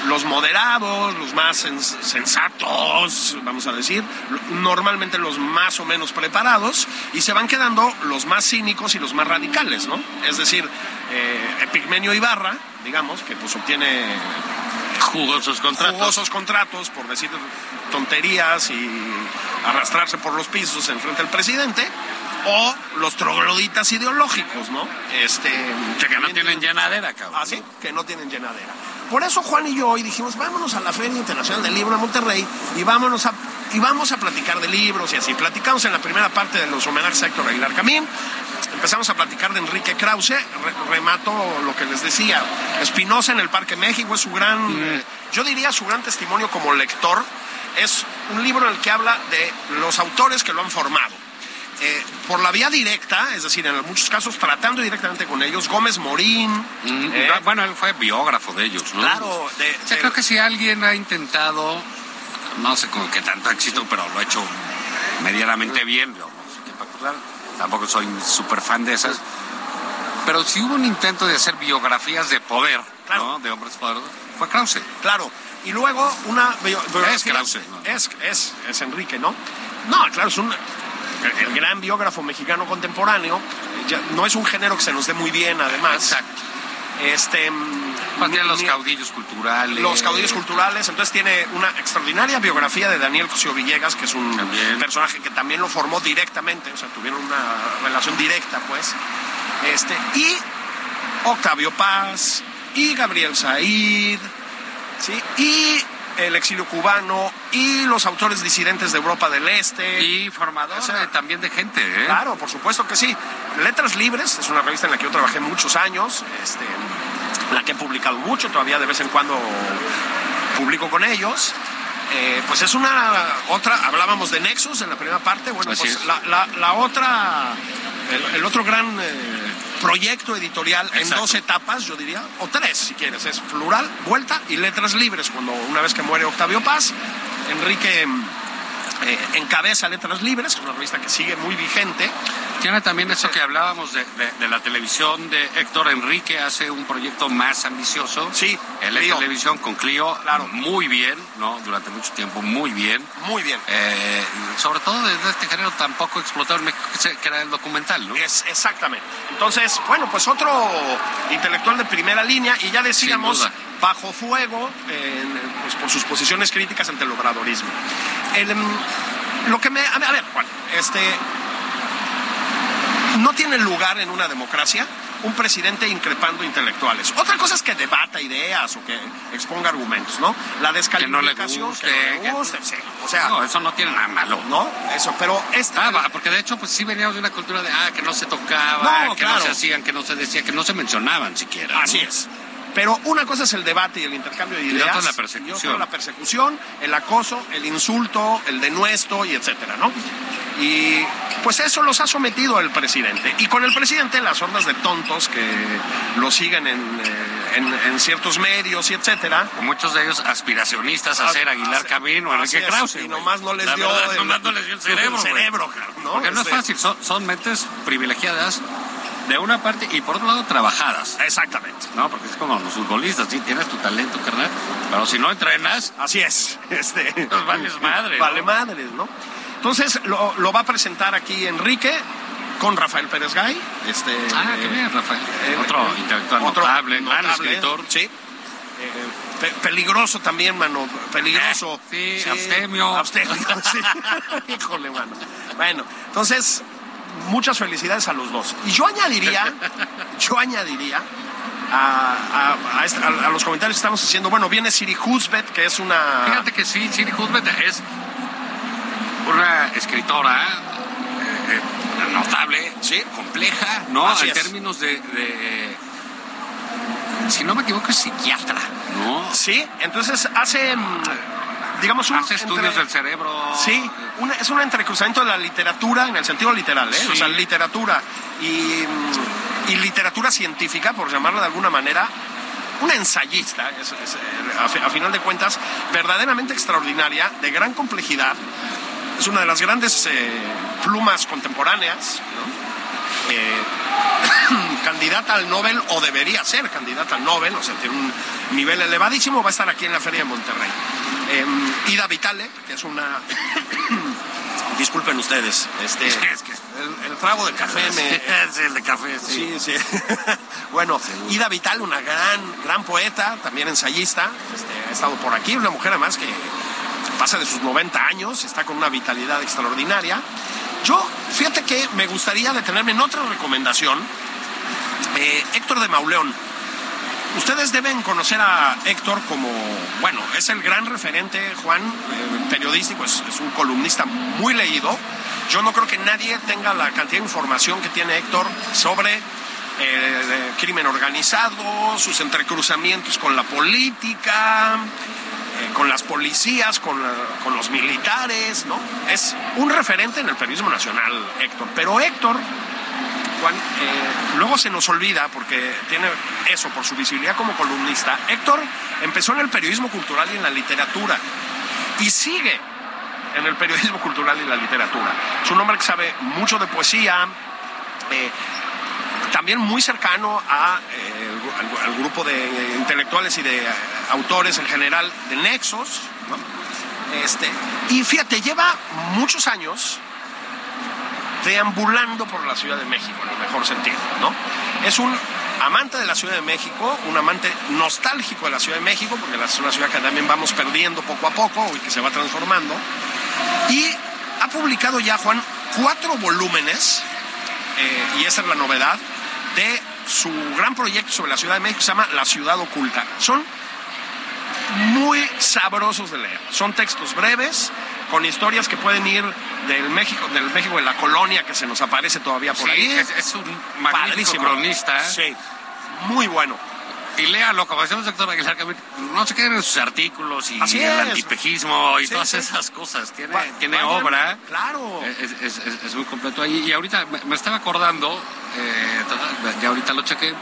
S1: los moderados, los más sens- sensatos, vamos a decir, lo- normalmente los más o menos preparados, y se van quedando los más cínicos y los más radicales, ¿no? Es decir, eh, Epigmenio Ibarra, digamos, que pues obtiene
S2: Jugosos contratos.
S1: jugosos contratos por decir tonterías y arrastrarse por los pisos en frente del presidente, o los trogloditas ideológicos, ¿no? Este,
S2: Que, que no tienen llenadera, cabrón.
S1: Así que no tienen llenadera. Por eso Juan y yo hoy dijimos, vámonos a la Feria Internacional del Libro a Monterrey y vámonos a y vamos a platicar de libros y así. Platicamos en la primera parte de los homenajes a Héctor Aguilar Camín. Empezamos a platicar de Enrique Krause, Re- remato lo que les decía. Espinosa en el Parque México es su gran, eh, yo diría su gran testimonio como lector. Es un libro en el que habla de los autores que lo han formado eh, por la vía directa, es decir, en muchos casos tratando directamente con ellos, Gómez Morín,
S2: Mm,
S1: eh,
S2: Bueno, él fue biógrafo de ellos, ¿no?
S1: claro, de-
S2: O sea,
S1: de-
S2: creo que si alguien ha intentado, no sé con qué tanto éxito, pero lo ha hecho medianamente bien, yo no sé qué particular, tampoco soy súper fan de esas, Pero si hubo un intento de hacer biografías de poder,
S1: Claro.
S2: ¿no? De hombres poderosos, fue Krause.
S1: Claro. Y luego una bio-
S2: Es Krause, ¿no?
S1: Es, es, es Enrique, ¿no? No, claro, es un, el gran biógrafo mexicano contemporáneo. Ya- no es un género que se nos dé muy bien, además.
S2: Exacto.
S1: Este, mm,
S2: Más bien los
S1: ni-
S2: caudillos culturales.
S1: los caudillos culturales. Entonces tiene una extraordinaria biografía de Daniel Cosío Villegas, que es un
S2: También.
S1: personaje que también lo formó directamente, o sea, tuvieron una relación directa, pues. Este, y Octavio Paz, y Gabriel Said, ¿sí? y el exilio cubano, y los autores disidentes de Europa del Este.
S2: Y formadores
S1: O sea,
S2: de- también de gente, ¿eh?
S1: Claro, por supuesto que sí. Letras Libres es una revista en la que yo trabajé muchos años, este, en la que he publicado mucho, todavía de vez en cuando publico con ellos. Eh, pues es una otra, hablábamos de Nexus en la primera parte, bueno,
S2: Así
S1: pues
S2: es.
S1: la, la- la otra, el, el otro gran eh, proyecto editorial en
S2: Exacto.
S1: dos etapas, yo diría, o tres si quieres, es Plural, Vuelta y Letras Libres, cuando una vez que muere Octavio Paz, Enrique eh, encabeza Letras Libres, que es una revista que sigue muy vigente.
S2: Tiene también eso que hablábamos de, de- de la televisión de Héctor Enrique, hace un proyecto más ambicioso.
S1: Sí,
S2: En la
S1: Clio.
S2: televisión con Clio,
S1: Claro.
S2: muy bien, ¿no? Durante mucho tiempo, muy bien.
S1: Muy bien.
S2: Eh, sobre todo desde este género tampoco explotado en México, que se- que era el documental, ¿no?
S1: Es, exactamente. Entonces, bueno, pues otro intelectual de primera línea y ya decíamos
S2: Sin duda.
S1: bajo fuego en, pues, por sus posiciones críticas ante el obradorismo. El, mm, lo que me... A ver, a ver, Juan, este, no tiene lugar en una democracia un presidente increpando intelectuales. Otra cosa es que debata ideas o que exponga argumentos, ¿no? La
S2: Que no le
S1: descalificación
S2: guste.
S1: que no le
S2: que-
S1: guste, sí. O sea,
S2: no, eso no tiene nada malo.
S1: ¿no? Eso, pero esta...
S2: Ah, va, porque de hecho, pues sí veníamos de una cultura de ah, que no se tocaba,
S1: No,
S2: que
S1: claro.
S2: no se hacían, que no se decía, que no se mencionaban siquiera. ¿no?
S1: Así es. Pero una cosa es el debate y el intercambio de
S2: Y
S1: ideas.
S2: la otra es la
S1: y
S2: persecución.
S1: otra la persecución, el acoso, el insulto, el denuesto y etcétera, ¿no? Y pues eso los ha sometido el presidente. Y con el presidente las hordas de tontos que lo siguen en, eh, en- en ciertos medios y etcétera.
S2: Muchos de ellos aspiracionistas a
S1: Ah,
S2: ser Aguilar
S1: sí,
S2: Camino,
S1: así
S2: Enrique
S1: es,
S2: Krause.
S1: y
S2: güey.
S1: nomás no les
S2: La
S1: dio
S2: verdad,
S1: el-
S2: nomás no les dio el cerebro.
S1: el
S2: güey.
S1: cerebro, claro, ¿no?
S2: Porque no es
S1: Este-
S2: fácil, son, son mentes privilegiadas de una parte y por otro lado trabajadas.
S1: Exactamente.
S2: No, porque es como los futbolistas, sí, tienes tu talento, carnal, pero si no entrenas,
S1: Así es. Este,
S2: Pues vales madre, ¿no?
S1: Vale madres, ¿no? Entonces lo, lo va a presentar aquí Enrique con Rafael Pérez Gay. Este,
S2: Ah, qué
S1: eh,
S2: bien, Rafael.
S1: eh,
S2: otro
S1: eh,
S2: intelectual
S1: otro
S2: notable, gran
S1: notable,
S2: escritor.
S1: Sí. Eh, pe- peligroso también, mano. Peligroso.
S2: Eh, sí, abstemio.
S1: Abstemio, sí. Híjole, mano. Bueno, entonces, muchas felicidades a los dos. Y yo añadiría, yo añadiría a, a- a est- a- a los comentarios que estamos haciendo. Bueno, viene Siri Husbet, que es una.
S2: Fíjate que sí, Siri Husbet es una escritora eh, eh, notable,
S1: Sí.
S2: compleja, ¿no?
S1: Así
S2: en
S1: es.
S2: términos de, de, eh, Si no me equivoco, es psiquiatra, ¿no?
S1: Sí, entonces hace, mm, digamos, un,
S2: Hace estudios
S1: entre-
S2: del cerebro.
S1: Sí, una- es un entrecruzamiento de la literatura en el sentido literal, ¿eh?
S2: Sí.
S1: O sea, literatura y, mm, y literatura científica, por llamarla de alguna manera. Una ensayista, es- es, eh, a, fi- a final de cuentas, verdaderamente extraordinaria, de gran complejidad. Es una de las grandes eh, plumas contemporáneas, ¿no? Eh, candidata al Nobel o debería ser candidata al Nobel, o sea, tiene un nivel elevadísimo, va a estar aquí en la Feria de Monterrey. Eh, Ida Vitale, que es una... Disculpen ustedes, este,
S2: Es que-
S1: el, el trago de café me...
S2: es el de café, sí.
S1: Sí, sí. bueno, Ida Vital, una gran, gran poeta, también ensayista, este, ha estado por aquí, una mujer además que pasa de sus 90 años, está con una vitalidad extraordinaria. Yo, fíjate que me gustaría detenerme en otra recomendación. Eh, Héctor de Mauleón. Ustedes deben conocer a Héctor como, bueno, es el gran referente, Juan, eh, periodístico, es, es un columnista muy leído. Yo no creo que nadie tenga la cantidad de información que tiene Héctor sobre eh, eh, crimen organizado, sus entrecruzamientos con la política, eh, con las policías, con, la- con los militares, ¿no? Es un referente en el periodismo nacional, Héctor. Pero Héctor, Juan, eh, luego se nos olvida porque tiene eso por su visibilidad como columnista. Héctor empezó en el periodismo cultural y en la literatura y sigue en el periodismo cultural y la literatura. Es un hombre que sabe mucho de poesía, eh, también muy cercano a, eh, el gru- al, al grupo de intelectuales y de eh, autores en general de Nexos. ¿no? Este, y fíjate, lleva muchos años deambulando por la Ciudad de México, en el mejor sentido, ¿no? Es un amante de la Ciudad de México, un amante nostálgico de la Ciudad de México, porque la- es una ciudad que también vamos perdiendo poco a poco y que se va transformando. Y ha publicado ya, Juan, cuatro volúmenes, eh, y esa es la novedad, de su gran proyecto sobre la Ciudad de México, que se llama La Ciudad Oculta. Son muy sabrosos de leer. Son textos breves con historias que pueden ir del México, del México de la colonia que se nos aparece todavía por
S2: Sí,
S1: ahí.
S2: es, es un magnífico
S1: Padrísimo.
S2: cronista.
S1: Sí. Muy bueno.
S2: Y léalo, como decíamos doctor Aguilar, que no se queden en sus artículos y
S1: Así
S2: el
S1: es.
S2: antipejismo y
S1: Sí,
S2: todas
S1: sí.
S2: esas cosas. Tiene,
S1: Va-
S2: tiene
S1: vayan-
S2: obra. Eh,
S1: Claro.
S2: Es, es- es- es muy completo. Y, y ahorita me, me estaba acordando, eh, total, ya ahorita lo chequé,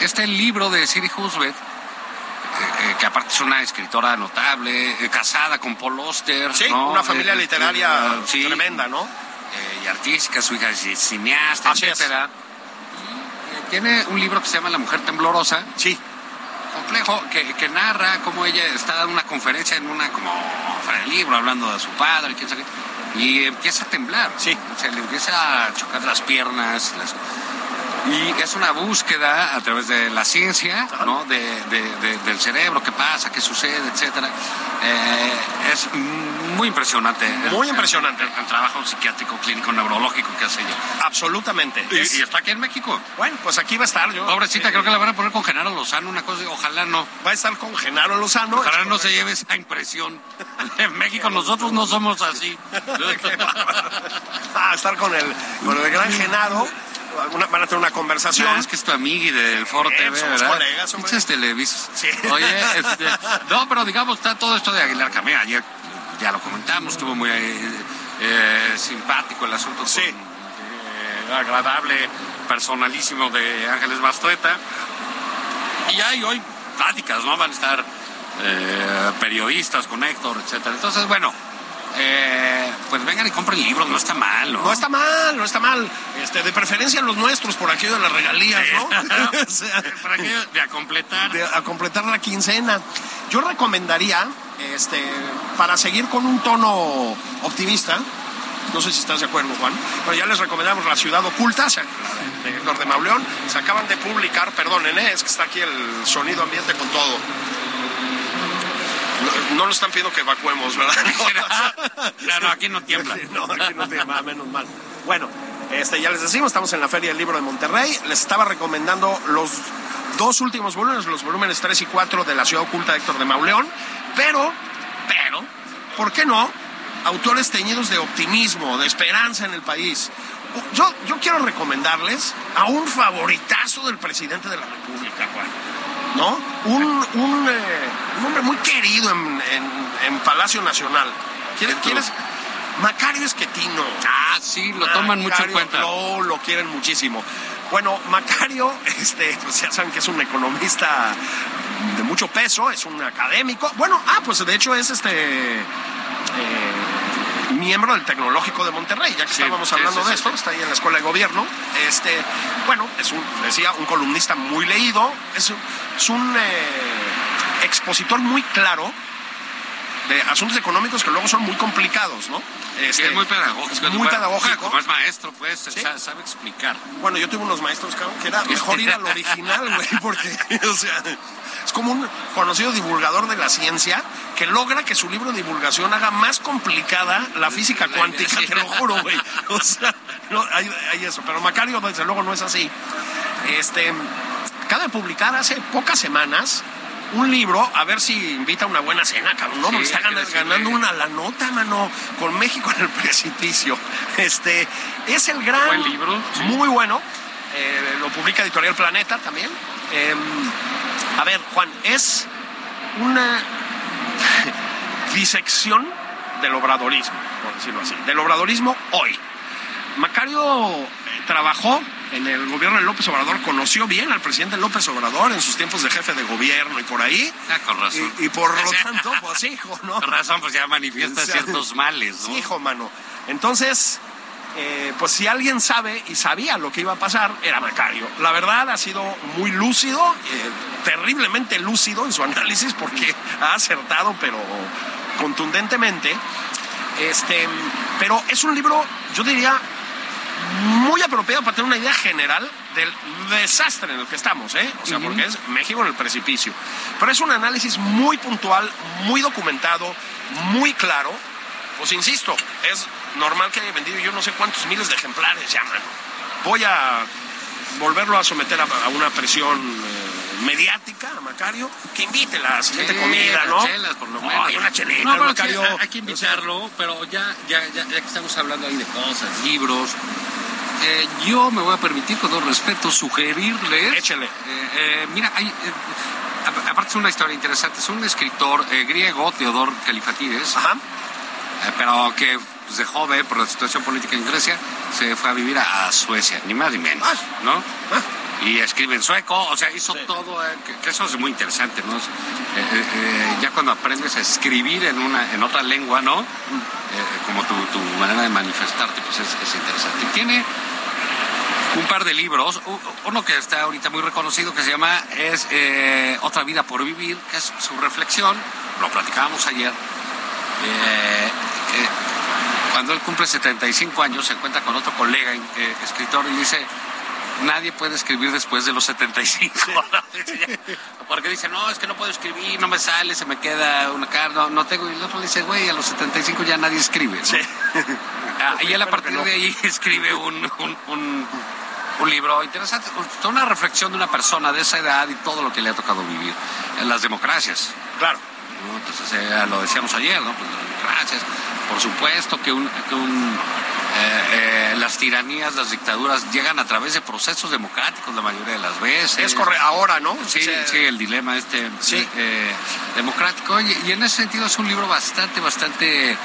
S2: este libro de Siri Husbeth, eh, eh, que aparte es una escritora notable, eh, casada con Paul Oster.
S1: Sí,
S2: ¿no?
S1: una familia
S2: Eh, eh,
S1: literaria
S2: eh, sí,
S1: tremenda, ¿no?
S2: eh, y artística, su hija es cineasta,
S1: Así es.
S2: etcétera. Y, eh, Tiene un libro que se llama La Mujer Temblorosa,
S1: Sí.
S2: complejo, que, que narra cómo ella está dando una conferencia en una como fuera del libro, hablando de su padre, quién sabe qué, y empieza a temblar.
S1: Sí.
S2: Se le empieza a chocar las piernas. las- Y es una búsqueda a través de la ciencia, ¿no? De, de- de- del cerebro, qué pasa, qué sucede, etcétera. Eh, es muy impresionante. el-
S1: Muy impresionante.
S2: El, el trabajo psiquiátrico, clínico, neurológico que hace ella.
S1: Absolutamente.
S2: Y,
S1: Es-
S2: y está aquí en México.
S1: bueno, pues aquí va a estar yo.
S2: Pobrecita,
S1: Eh,
S2: creo que la van a poner con Genaro Lozano, una cosa, ojalá no.
S1: va a estar con Genaro Lozano.
S2: Ojalá no se lleve esa impresión. En México nosotros no somos así.
S1: Va a Ah, estar con el, con el gran Genaro. Una- van a tener una conversación.
S2: No, es que es tu amiga y del Foro
S1: Ah. Eh,
S2: TV,
S1: somos
S2: ¿verdad?
S1: colegas, hombre.
S2: Pinches televisos.
S1: Sí.
S2: Oye, este, no, pero digamos, está todo esto de Aguilar Camea. Ayer ya lo comentamos, estuvo muy eh, eh, simpático el asunto.
S1: Sí.
S2: con, eh, agradable, personalísimo de Ángeles Mastueta. Y hay hoy pláticas, ¿no? Van a estar eh, periodistas con Héctor, etcétera. Entonces, bueno, eh, pues vengan y compren libros, no está mal, ¿no?
S1: No está mal, no está mal. Este, de preferencia los nuestros por aquello de las regalías, ¿no? O sea,
S2: ¿Para qué? De a completar.
S1: de- a completar la quincena. Yo recomendaría, este, para seguir con un tono optimista, no sé si estás de acuerdo, Juan, pero ya les recomendamos La Ciudad Oculta, se- la de Héctor de Mauleón. Se acaban de publicar, perdonen, eh, es que está aquí el sonido ambiente con todo. No, no nos están pidiendo que evacuemos, ¿verdad?
S2: Claro, aquí no tiembla.
S1: No, aquí no tiene más, menos mal. Bueno, este, ya les decimos, estamos en la Feria del Libro de Monterrey. Les estaba recomendando los dos últimos volúmenes, los volúmenes 3 y 4 de La Ciudad Oculta de Héctor de Mauleón. Pero, pero, ¿por qué no? Autores teñidos de optimismo, de esperanza en el país. Yo, yo quiero recomendarles a un favoritazo del presidente de la República, Juan. ¿no? Un, un, eh, un hombre muy querido en, en- en Palacio Nacional. ¿Quieres,
S2: Dentro.
S1: quieres? Macario Esquetino.
S2: Ah, sí, lo toman mucho
S1: Macario,
S2: en cuenta.
S1: Lo, lo quieren muchísimo. Bueno, Macario, este, pues ya saben que es un economista de mucho peso, es un académico. Bueno, ah, pues de hecho es este eh, miembro del Tecnológico de Monterrey, ya que
S2: Sí,
S1: estábamos
S2: sí,
S1: hablando
S2: sí,
S1: de
S2: sí,
S1: esto,
S2: sí.
S1: está ahí en la Escuela de Gobierno. Este, bueno, es un, decía, un columnista muy leído, es, un- es un eh, expositor muy claro de asuntos económicos que luego son muy complicados, ¿no?
S2: Sí,
S1: Este,
S2: es muy pedagógico.
S1: es
S2: Bueno,
S1: muy pedagógico.
S2: Como es maestro, pues,
S1: Sí.
S2: sa- sabe explicar.
S1: Bueno, yo tuve unos maestros cabrón, que era mejor ir al original, güey, porque, o sea, es como un conocido divulgador de la ciencia que logra que su libro de divulgación haga más complicada la física cuántica, te lo juro, güey. O sea, no, hay, hay eso. Pero Macario, desde luego, no es así. Este, acaba de publicar hace pocas semanas un libro, a ver si invita a una buena cena, cabrón, ¿no?
S2: Sí,
S1: Porque está
S2: hay que
S1: gana-
S2: decirle.
S1: ganando una la nota, mano, con México en el precipicio. Este, es el gran...
S2: Buen libro, sí.
S1: Muy bueno. Eh, lo publica Editorial Planeta también. Eh, a ver, Juan, es una disección del obradorismo, por decirlo así, del obradorismo hoy. Macario eh, trabajó en el gobierno de López Obrador, conoció bien al presidente López Obrador en sus tiempos de jefe de gobierno y por ahí.
S2: Ah, con razón.
S1: Y, y por lo tanto, pues hijo, ¿no?
S2: Con razón, pues ya manifiesta
S1: O sea,
S2: ciertos males, ¿no?
S1: Sí, hijo, mano. Entonces, eh, pues si alguien sabe y sabía lo que iba a pasar, era Macario. La verdad ha sido muy lúcido, eh, terriblemente lúcido en su análisis porque ha acertado, pero contundentemente. Este, pero es un libro, yo diría, muy apropiado para tener una idea general del desastre en el que estamos, ¿eh? O sea, porque es México en el precipicio. Pero es un análisis muy puntual, muy documentado, muy claro. Pues insisto, es normal que haya vendido yo no sé cuántos miles de ejemplares ya, mano. Voy a volverlo a someter a, a una presión eh, mediática a Macario, que invite la siguiente
S2: Sí,
S1: comida, ¿no?
S2: chelas, por lo menos.
S1: Ay, una chelita,
S2: No, pero
S1: Macario.
S2: sí, hay- hay que invitarlo, pero ya, ya, ya, ya que estamos hablando ahí de cosas, libros, eh, yo me voy a permitir, con todo respeto, sugerirles.
S1: Échele.
S2: Eh, eh, mira, hay, eh, a- aparte es una historia interesante. Es un escritor eh, griego, Teodor Califatides,
S1: Ajá.
S2: eh, pero que pues, de joven, por la situación política en Grecia, se fue a vivir a, a Suecia, ni más ni menos,
S1: Ah.
S2: ¿no? Y escribe en sueco, o sea, hizo todo, eh, que, que eso es muy interesante, ¿no? Es, eh, eh, eh, ya cuando aprendes a escribir en, una, en otra lengua,
S1: Mm.
S2: ¿no? Eh, como tu, tu manera de manifestarte, pues es, es interesante. Y tiene un par de libros, u- uno que está ahorita muy reconocido que se llama es eh, Otra vida por vivir, que es su reflexión, lo platicábamos ayer, eh, eh, cuando él cumple 75 años, se encuentra con otro colega eh, escritor y dice, nadie puede escribir después de los 75. Porque dice, no, es que no puedo escribir, no me sale, se me queda una carta, no, no tengo. Y el otro le dice, güey, a los 75 ya nadie escribe. ¿no? Ah, y él a partir de ahí escribe un, un- un- un libro interesante, toda una reflexión de una persona de esa edad y todo lo que le ha tocado vivir. Eh, Las democracias,
S1: Claro.
S2: ¿no? Entonces, eh, lo decíamos ayer, ¿no? Pues, gracias. Por supuesto que, un- que un, eh, eh, las tiranías, las dictaduras llegan a través de procesos democráticos la mayoría de las veces.
S1: Es correcto. Ahora, ¿no?
S2: Sí,
S1: O sea,
S2: sí, el dilema este
S1: Sí.
S2: eh, democrático. Y, y en ese sentido es un libro bastante, bastante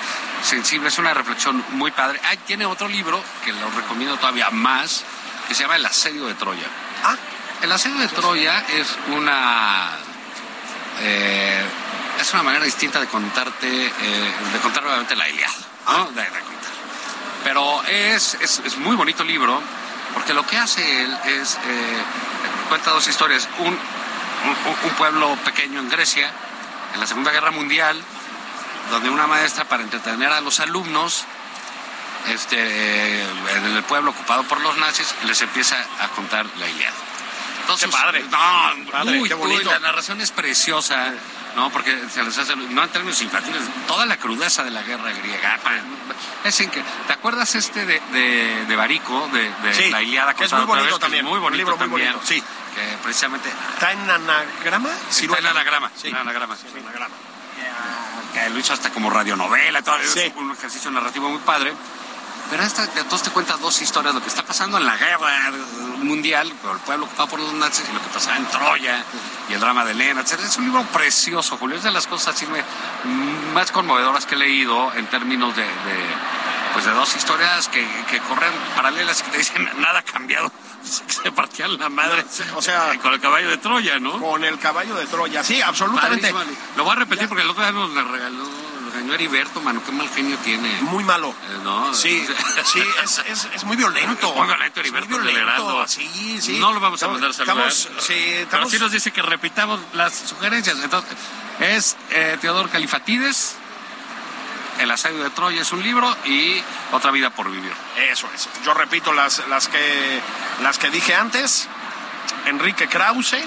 S2: sensible. Es una reflexión muy padre. Ah, tiene otro libro que lo recomiendo todavía más, que se llama El asedio de Troya.
S1: Ah,
S2: El asedio de Troya es una eh, es una manera distinta de contarte eh, de contar nuevamente la Iliada,
S1: Ah.
S2: ¿no? De, de contar. Pero es, es, es muy bonito libro porque lo que hace él es eh, cuenta dos historias. Un, un- un pueblo pequeño en Grecia en la Segunda Guerra Mundial donde una maestra para entretener a los alumnos este, eh, en el pueblo ocupado por los nazis les empieza a contar la Iliada. Entonces,
S1: Qué padre.
S2: No,
S1: Padre,
S2: uy,
S1: qué
S2: uy,
S1: bonito.
S2: la narración es preciosa, ¿no? Porque se les hace, no en términos infantiles, toda la crudeza de la guerra griega. Es increíble. ¿Te acuerdas este de, de, de Barico, de, de
S1: Sí,
S2: la Iliada?
S1: que es
S2: contada
S1: muy bonito
S2: otra vez, que es
S1: también,
S2: Muy
S1: un
S2: bonito
S1: libro muy
S2: también,
S1: bonito, sí.
S2: Que precisamente
S1: ¿Está en anagrama?
S2: está en
S1: Ciruela.
S2: anagrama.
S1: Sí.
S2: en anagrama.
S1: Sí, en anagrama.
S2: que lo hizo hasta como radionovela, todo, es
S1: Sí.
S2: un ejercicio narrativo muy padre. Pero esta, entonces te cuenta dos historias, lo que está pasando en la guerra mundial, por el pueblo ocupado por los nazis, y lo que pasaba en Troya, y el drama de Elena, etc. Es un libro precioso, Julio, es de las cosas así me- más conmovedoras que he leído en términos de, de, pues de dos historias que, que corren paralelas y que te dicen nada ha cambiado, se partían la madre,
S1: o sea-
S2: con el caballo de Troya, ¿no?
S1: Con el caballo de Troya. Sí, absolutamente.
S2: Padrísimo. Lo voy a repetir porque el otro día nos la regaló, lo regañó Heriberto, mano, qué mal genio tiene.
S1: Muy malo.
S2: Eh, no,
S1: Sí,
S2: eh,
S1: sí, es, es, es muy violento.
S2: Muy violento,
S1: Es
S2: Heriberto,
S1: muy violento.
S2: Liberando.
S1: Sí, sí.
S2: No lo vamos a mandar a
S1: Estamos-
S2: saludar.
S1: Estamos, sí,
S2: Pero
S1: estamos.
S2: sí nos dice que repitamos las sugerencias. Entonces, es eh, Teodor Califatides, El asedio de Troya es un libro y Otra vida por vivir.
S1: Eso es. Yo repito las, las, que, las que dije antes. Enrique Krause,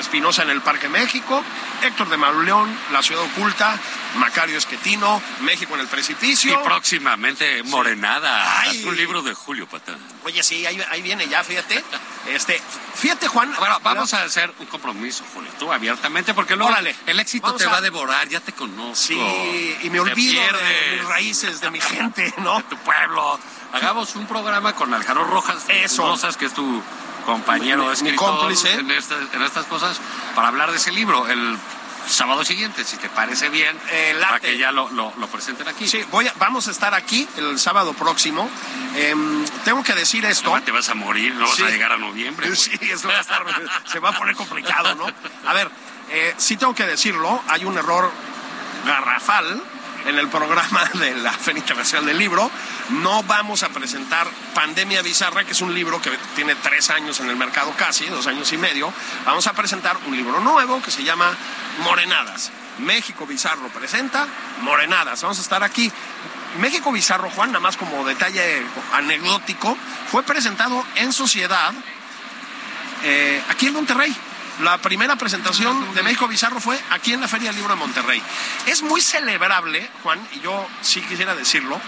S1: Espinosa en el Parque México, Héctor de Mauleón, La Ciudad Oculta, Macario Esquetino, México en el Precipicio.
S2: Y próximamente Morenada,
S1: oh. Ay.
S2: un libro de Julio Patán.
S1: Oye, sí, ahí, ahí viene ya, fíjate. Este, fíjate, Juan.
S2: Ah, Bueno, vamos a hacer un compromiso, Julio, tú abiertamente, porque luego
S1: Órale.
S2: el éxito
S1: Vamos
S2: te
S1: a-
S2: va a devorar, ya te conozco.
S1: Sí, y me
S2: Te
S1: olvido de
S2: pierdes.
S1: mis raíces, de mi gente, ¿no?
S2: de tu pueblo. Hagamos un programa con Alejandro Rojas,
S1: Eso.
S2: Rosas, que es tu compañero
S1: Mi- mi
S2: escritor
S1: cómplice.
S2: en, estas- en estas cosas, para hablar de ese libro el sábado siguiente, si te parece bien,
S1: Eh, late.
S2: para que ya lo, lo- lo presenten aquí.
S1: Sí, voy a- vamos a estar aquí el sábado próximo. Em, tengo que decir esto.
S2: No, te vas a morir, no
S1: Sí.
S2: vas a llegar a noviembre. güey.
S1: Sí, eso va a estar- se va a poner complicado, ¿no? A ver, eh, sí tengo que decirlo, hay un error garrafal en el programa de la Feria Internacional del Libro. No vamos a presentar Pandemia Bizarra, que es un libro que tiene tres años en el mercado casi, dos años y medio. Vamos a presentar un libro nuevo que se llama Morenadas. México Bizarro presenta Morenadas. Vamos a estar aquí. México Bizarro, Juan, nada más como detalle anecdótico, fue presentado en sociedad eh, aquí en Monterrey. La primera presentación de México Bizarro fue aquí en la Feria del Libro de Monterrey. Es muy celebrable, Juan, y yo sí quisiera decirlo,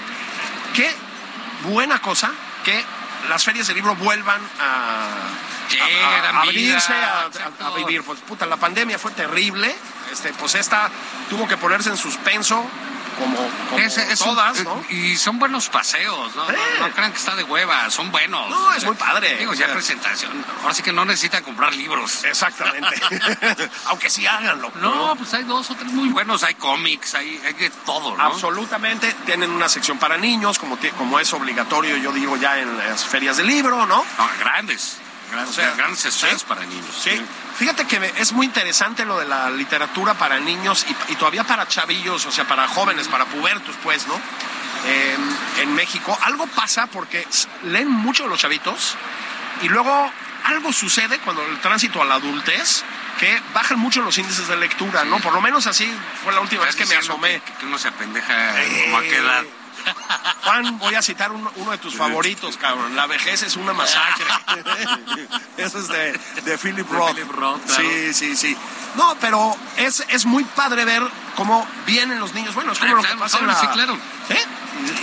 S1: qué buena cosa que las ferias de libro vuelvan a,
S2: Sí,
S1: a- a-
S2: dan
S1: a abrirse,
S2: vida,
S1: a- a, a
S2: exacto.
S1: vivir. Pues puta, la pandemia fue terrible. Este, pues esta tuvo que ponerse en suspenso, como, como
S2: Es- es un- eh,
S1: todas, ¿no?
S2: Y son buenos paseos, ¿no?
S1: Sí.
S2: No, no crean que está de hueva, son buenos.
S1: No, es muy padre.
S2: Digo,
S1: O
S2: ya
S1: sea, Eh,
S2: presentación. Ahora sí que no necesitan comprar libros.
S1: Exactamente. Aunque sí háganlo.
S2: No, pues hay dos o tres muy buenos, hay cómics, hay, hay de todo, ¿no?
S1: Absolutamente, tienen una sección para niños, como, ti- como es obligatorio, yo digo, ya en las ferias de libro, ¿no?
S2: No, grandes, grandes,
S1: O sea,
S2: grandes estrellas
S1: sí.
S2: para niños.
S1: Sí. Fíjate que me- es muy interesante lo de la literatura para niños y, y todavía para chavillos, o sea, para jóvenes, para pubertos, pues, ¿no? Eh, en México. Algo pasa porque s- leen mucho los chavitos y luego algo sucede cuando el tránsito a la adultez que bajan mucho los índices de lectura, ¿no? Por lo menos así fue la última
S2: Estás
S1: vez que me
S2: diciendo
S1: asomé. Eh,
S2: Que, que uno se apendeja como a qué edad.
S1: Juan, voy a citar un- uno de tus favoritos, cabrón. La vejez es una masacre. Eso es de, de Philip
S2: De
S1: Roth.
S2: Philip Roth, claro.
S1: Sí, sí, sí. No, pero es, es muy padre ver cómo vienen los niños. Bueno, es como
S2: Ah,
S1: lo que
S2: claro,
S1: pasa en
S2: claro,
S1: la...
S2: sí, claro.
S1: ¿Eh?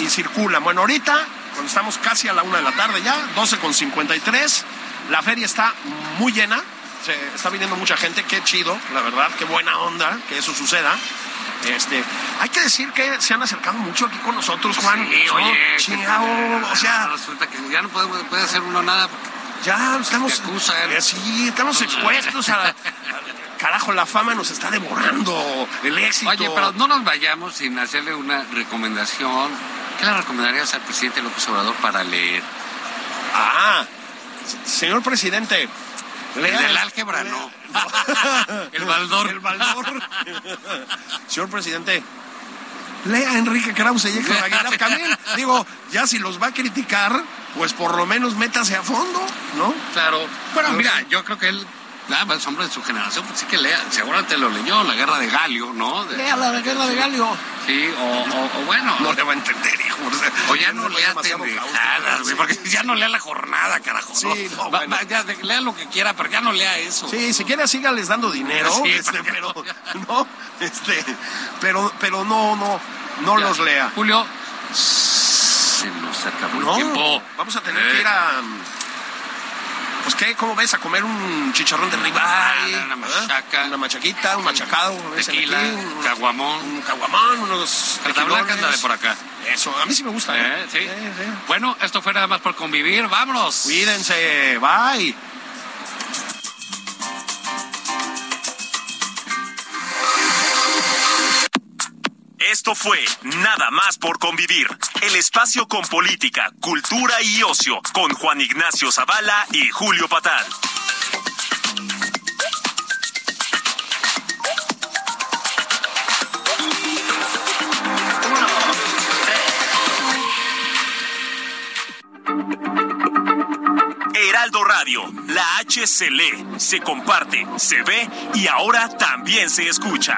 S1: Y, y circulan. Bueno, ahorita, cuando estamos casi a la una de la tarde ya, 12 con 53, la feria está muy llena. Se está viniendo mucha gente. Qué chido, la verdad. Qué buena onda que eso suceda. Este, hay que decir que se han acercado mucho aquí con nosotros, Juan.
S2: Sí,
S1: ¿no?
S2: oye.
S1: Chingao,
S2: que-
S1: o sea,
S2: Resulta que ya no puede, puede hacer uno nada. porque
S1: ya estamos.
S2: Te acusan.
S1: Eh, Sí, estamos expuestos a. Carajo, la fama nos está devorando. El éxito.
S2: Oye, pero no nos vayamos sin hacerle una recomendación. ¿Qué le recomendarías al presidente López Obrador para leer?
S1: Ah, señor presidente.
S2: El
S1: lea-
S2: del álgebra, no. El baldor.
S1: El baldor. Señor presidente. Lea a Enrique Krause y Héctor Aguilar Camil. Digo, ya si los va a criticar, pues por lo menos métase a fondo, ¿no?
S2: Claro. Bueno,
S1: Pero
S2: mira,
S1: sí.
S2: yo creo que él, nada más hombre de su generación, pues sí que lea. Seguramente lo leyó, La Guerra de Galio, ¿no? De-
S1: Lea la guerra de Galio.
S2: Sí, o, o- o bueno.
S1: No le va a entender, hijo.
S2: O ya no lea
S1: demasiado
S2: pendejadas, güey,
S1: cáustico.
S2: porque ya no lea la jornada, carajo. ¿no?
S1: Sí, no,
S2: Va-
S1: bueno.
S2: va- ya de- lea lo que quiera, pero ya no lea eso.
S1: Sí, si quiere síganles dando dinero,
S2: Sí,
S1: este,
S2: porque-
S1: pero no, este, pero, pero no, no, no
S2: Ya.
S1: los lea.
S2: Julio, se nos acabó
S1: No,
S2: el tiempo.
S1: vamos a tener
S2: Eh,
S1: que ir a, pues qué, cómo ves, a comer un chicharrón de ribeye,
S2: Ah, una
S1: ¿ah?
S2: machaca.
S1: una machaquita, un machacado, a veces
S2: Eh, Tequila,
S1: aquí, un-
S2: caguamón.
S1: un caguamón, unos
S2: Carta blanca es la de por
S1: tequilones.
S2: acá.
S1: Eso, a mí sí me gusta.
S2: Eh,
S1: ¿eh?
S2: sí.
S1: Eh, eh.
S2: Bueno, esto fue nada más por convivir. Vámonos.
S1: Cuídense, bye.
S3: Esto fue Nada más por convivir, el espacio con política, cultura y ocio, con Juan Ignacio Zavala y Julio Patal. Heraldo Radio, la H se lee, se comparte, se ve y ahora también se escucha.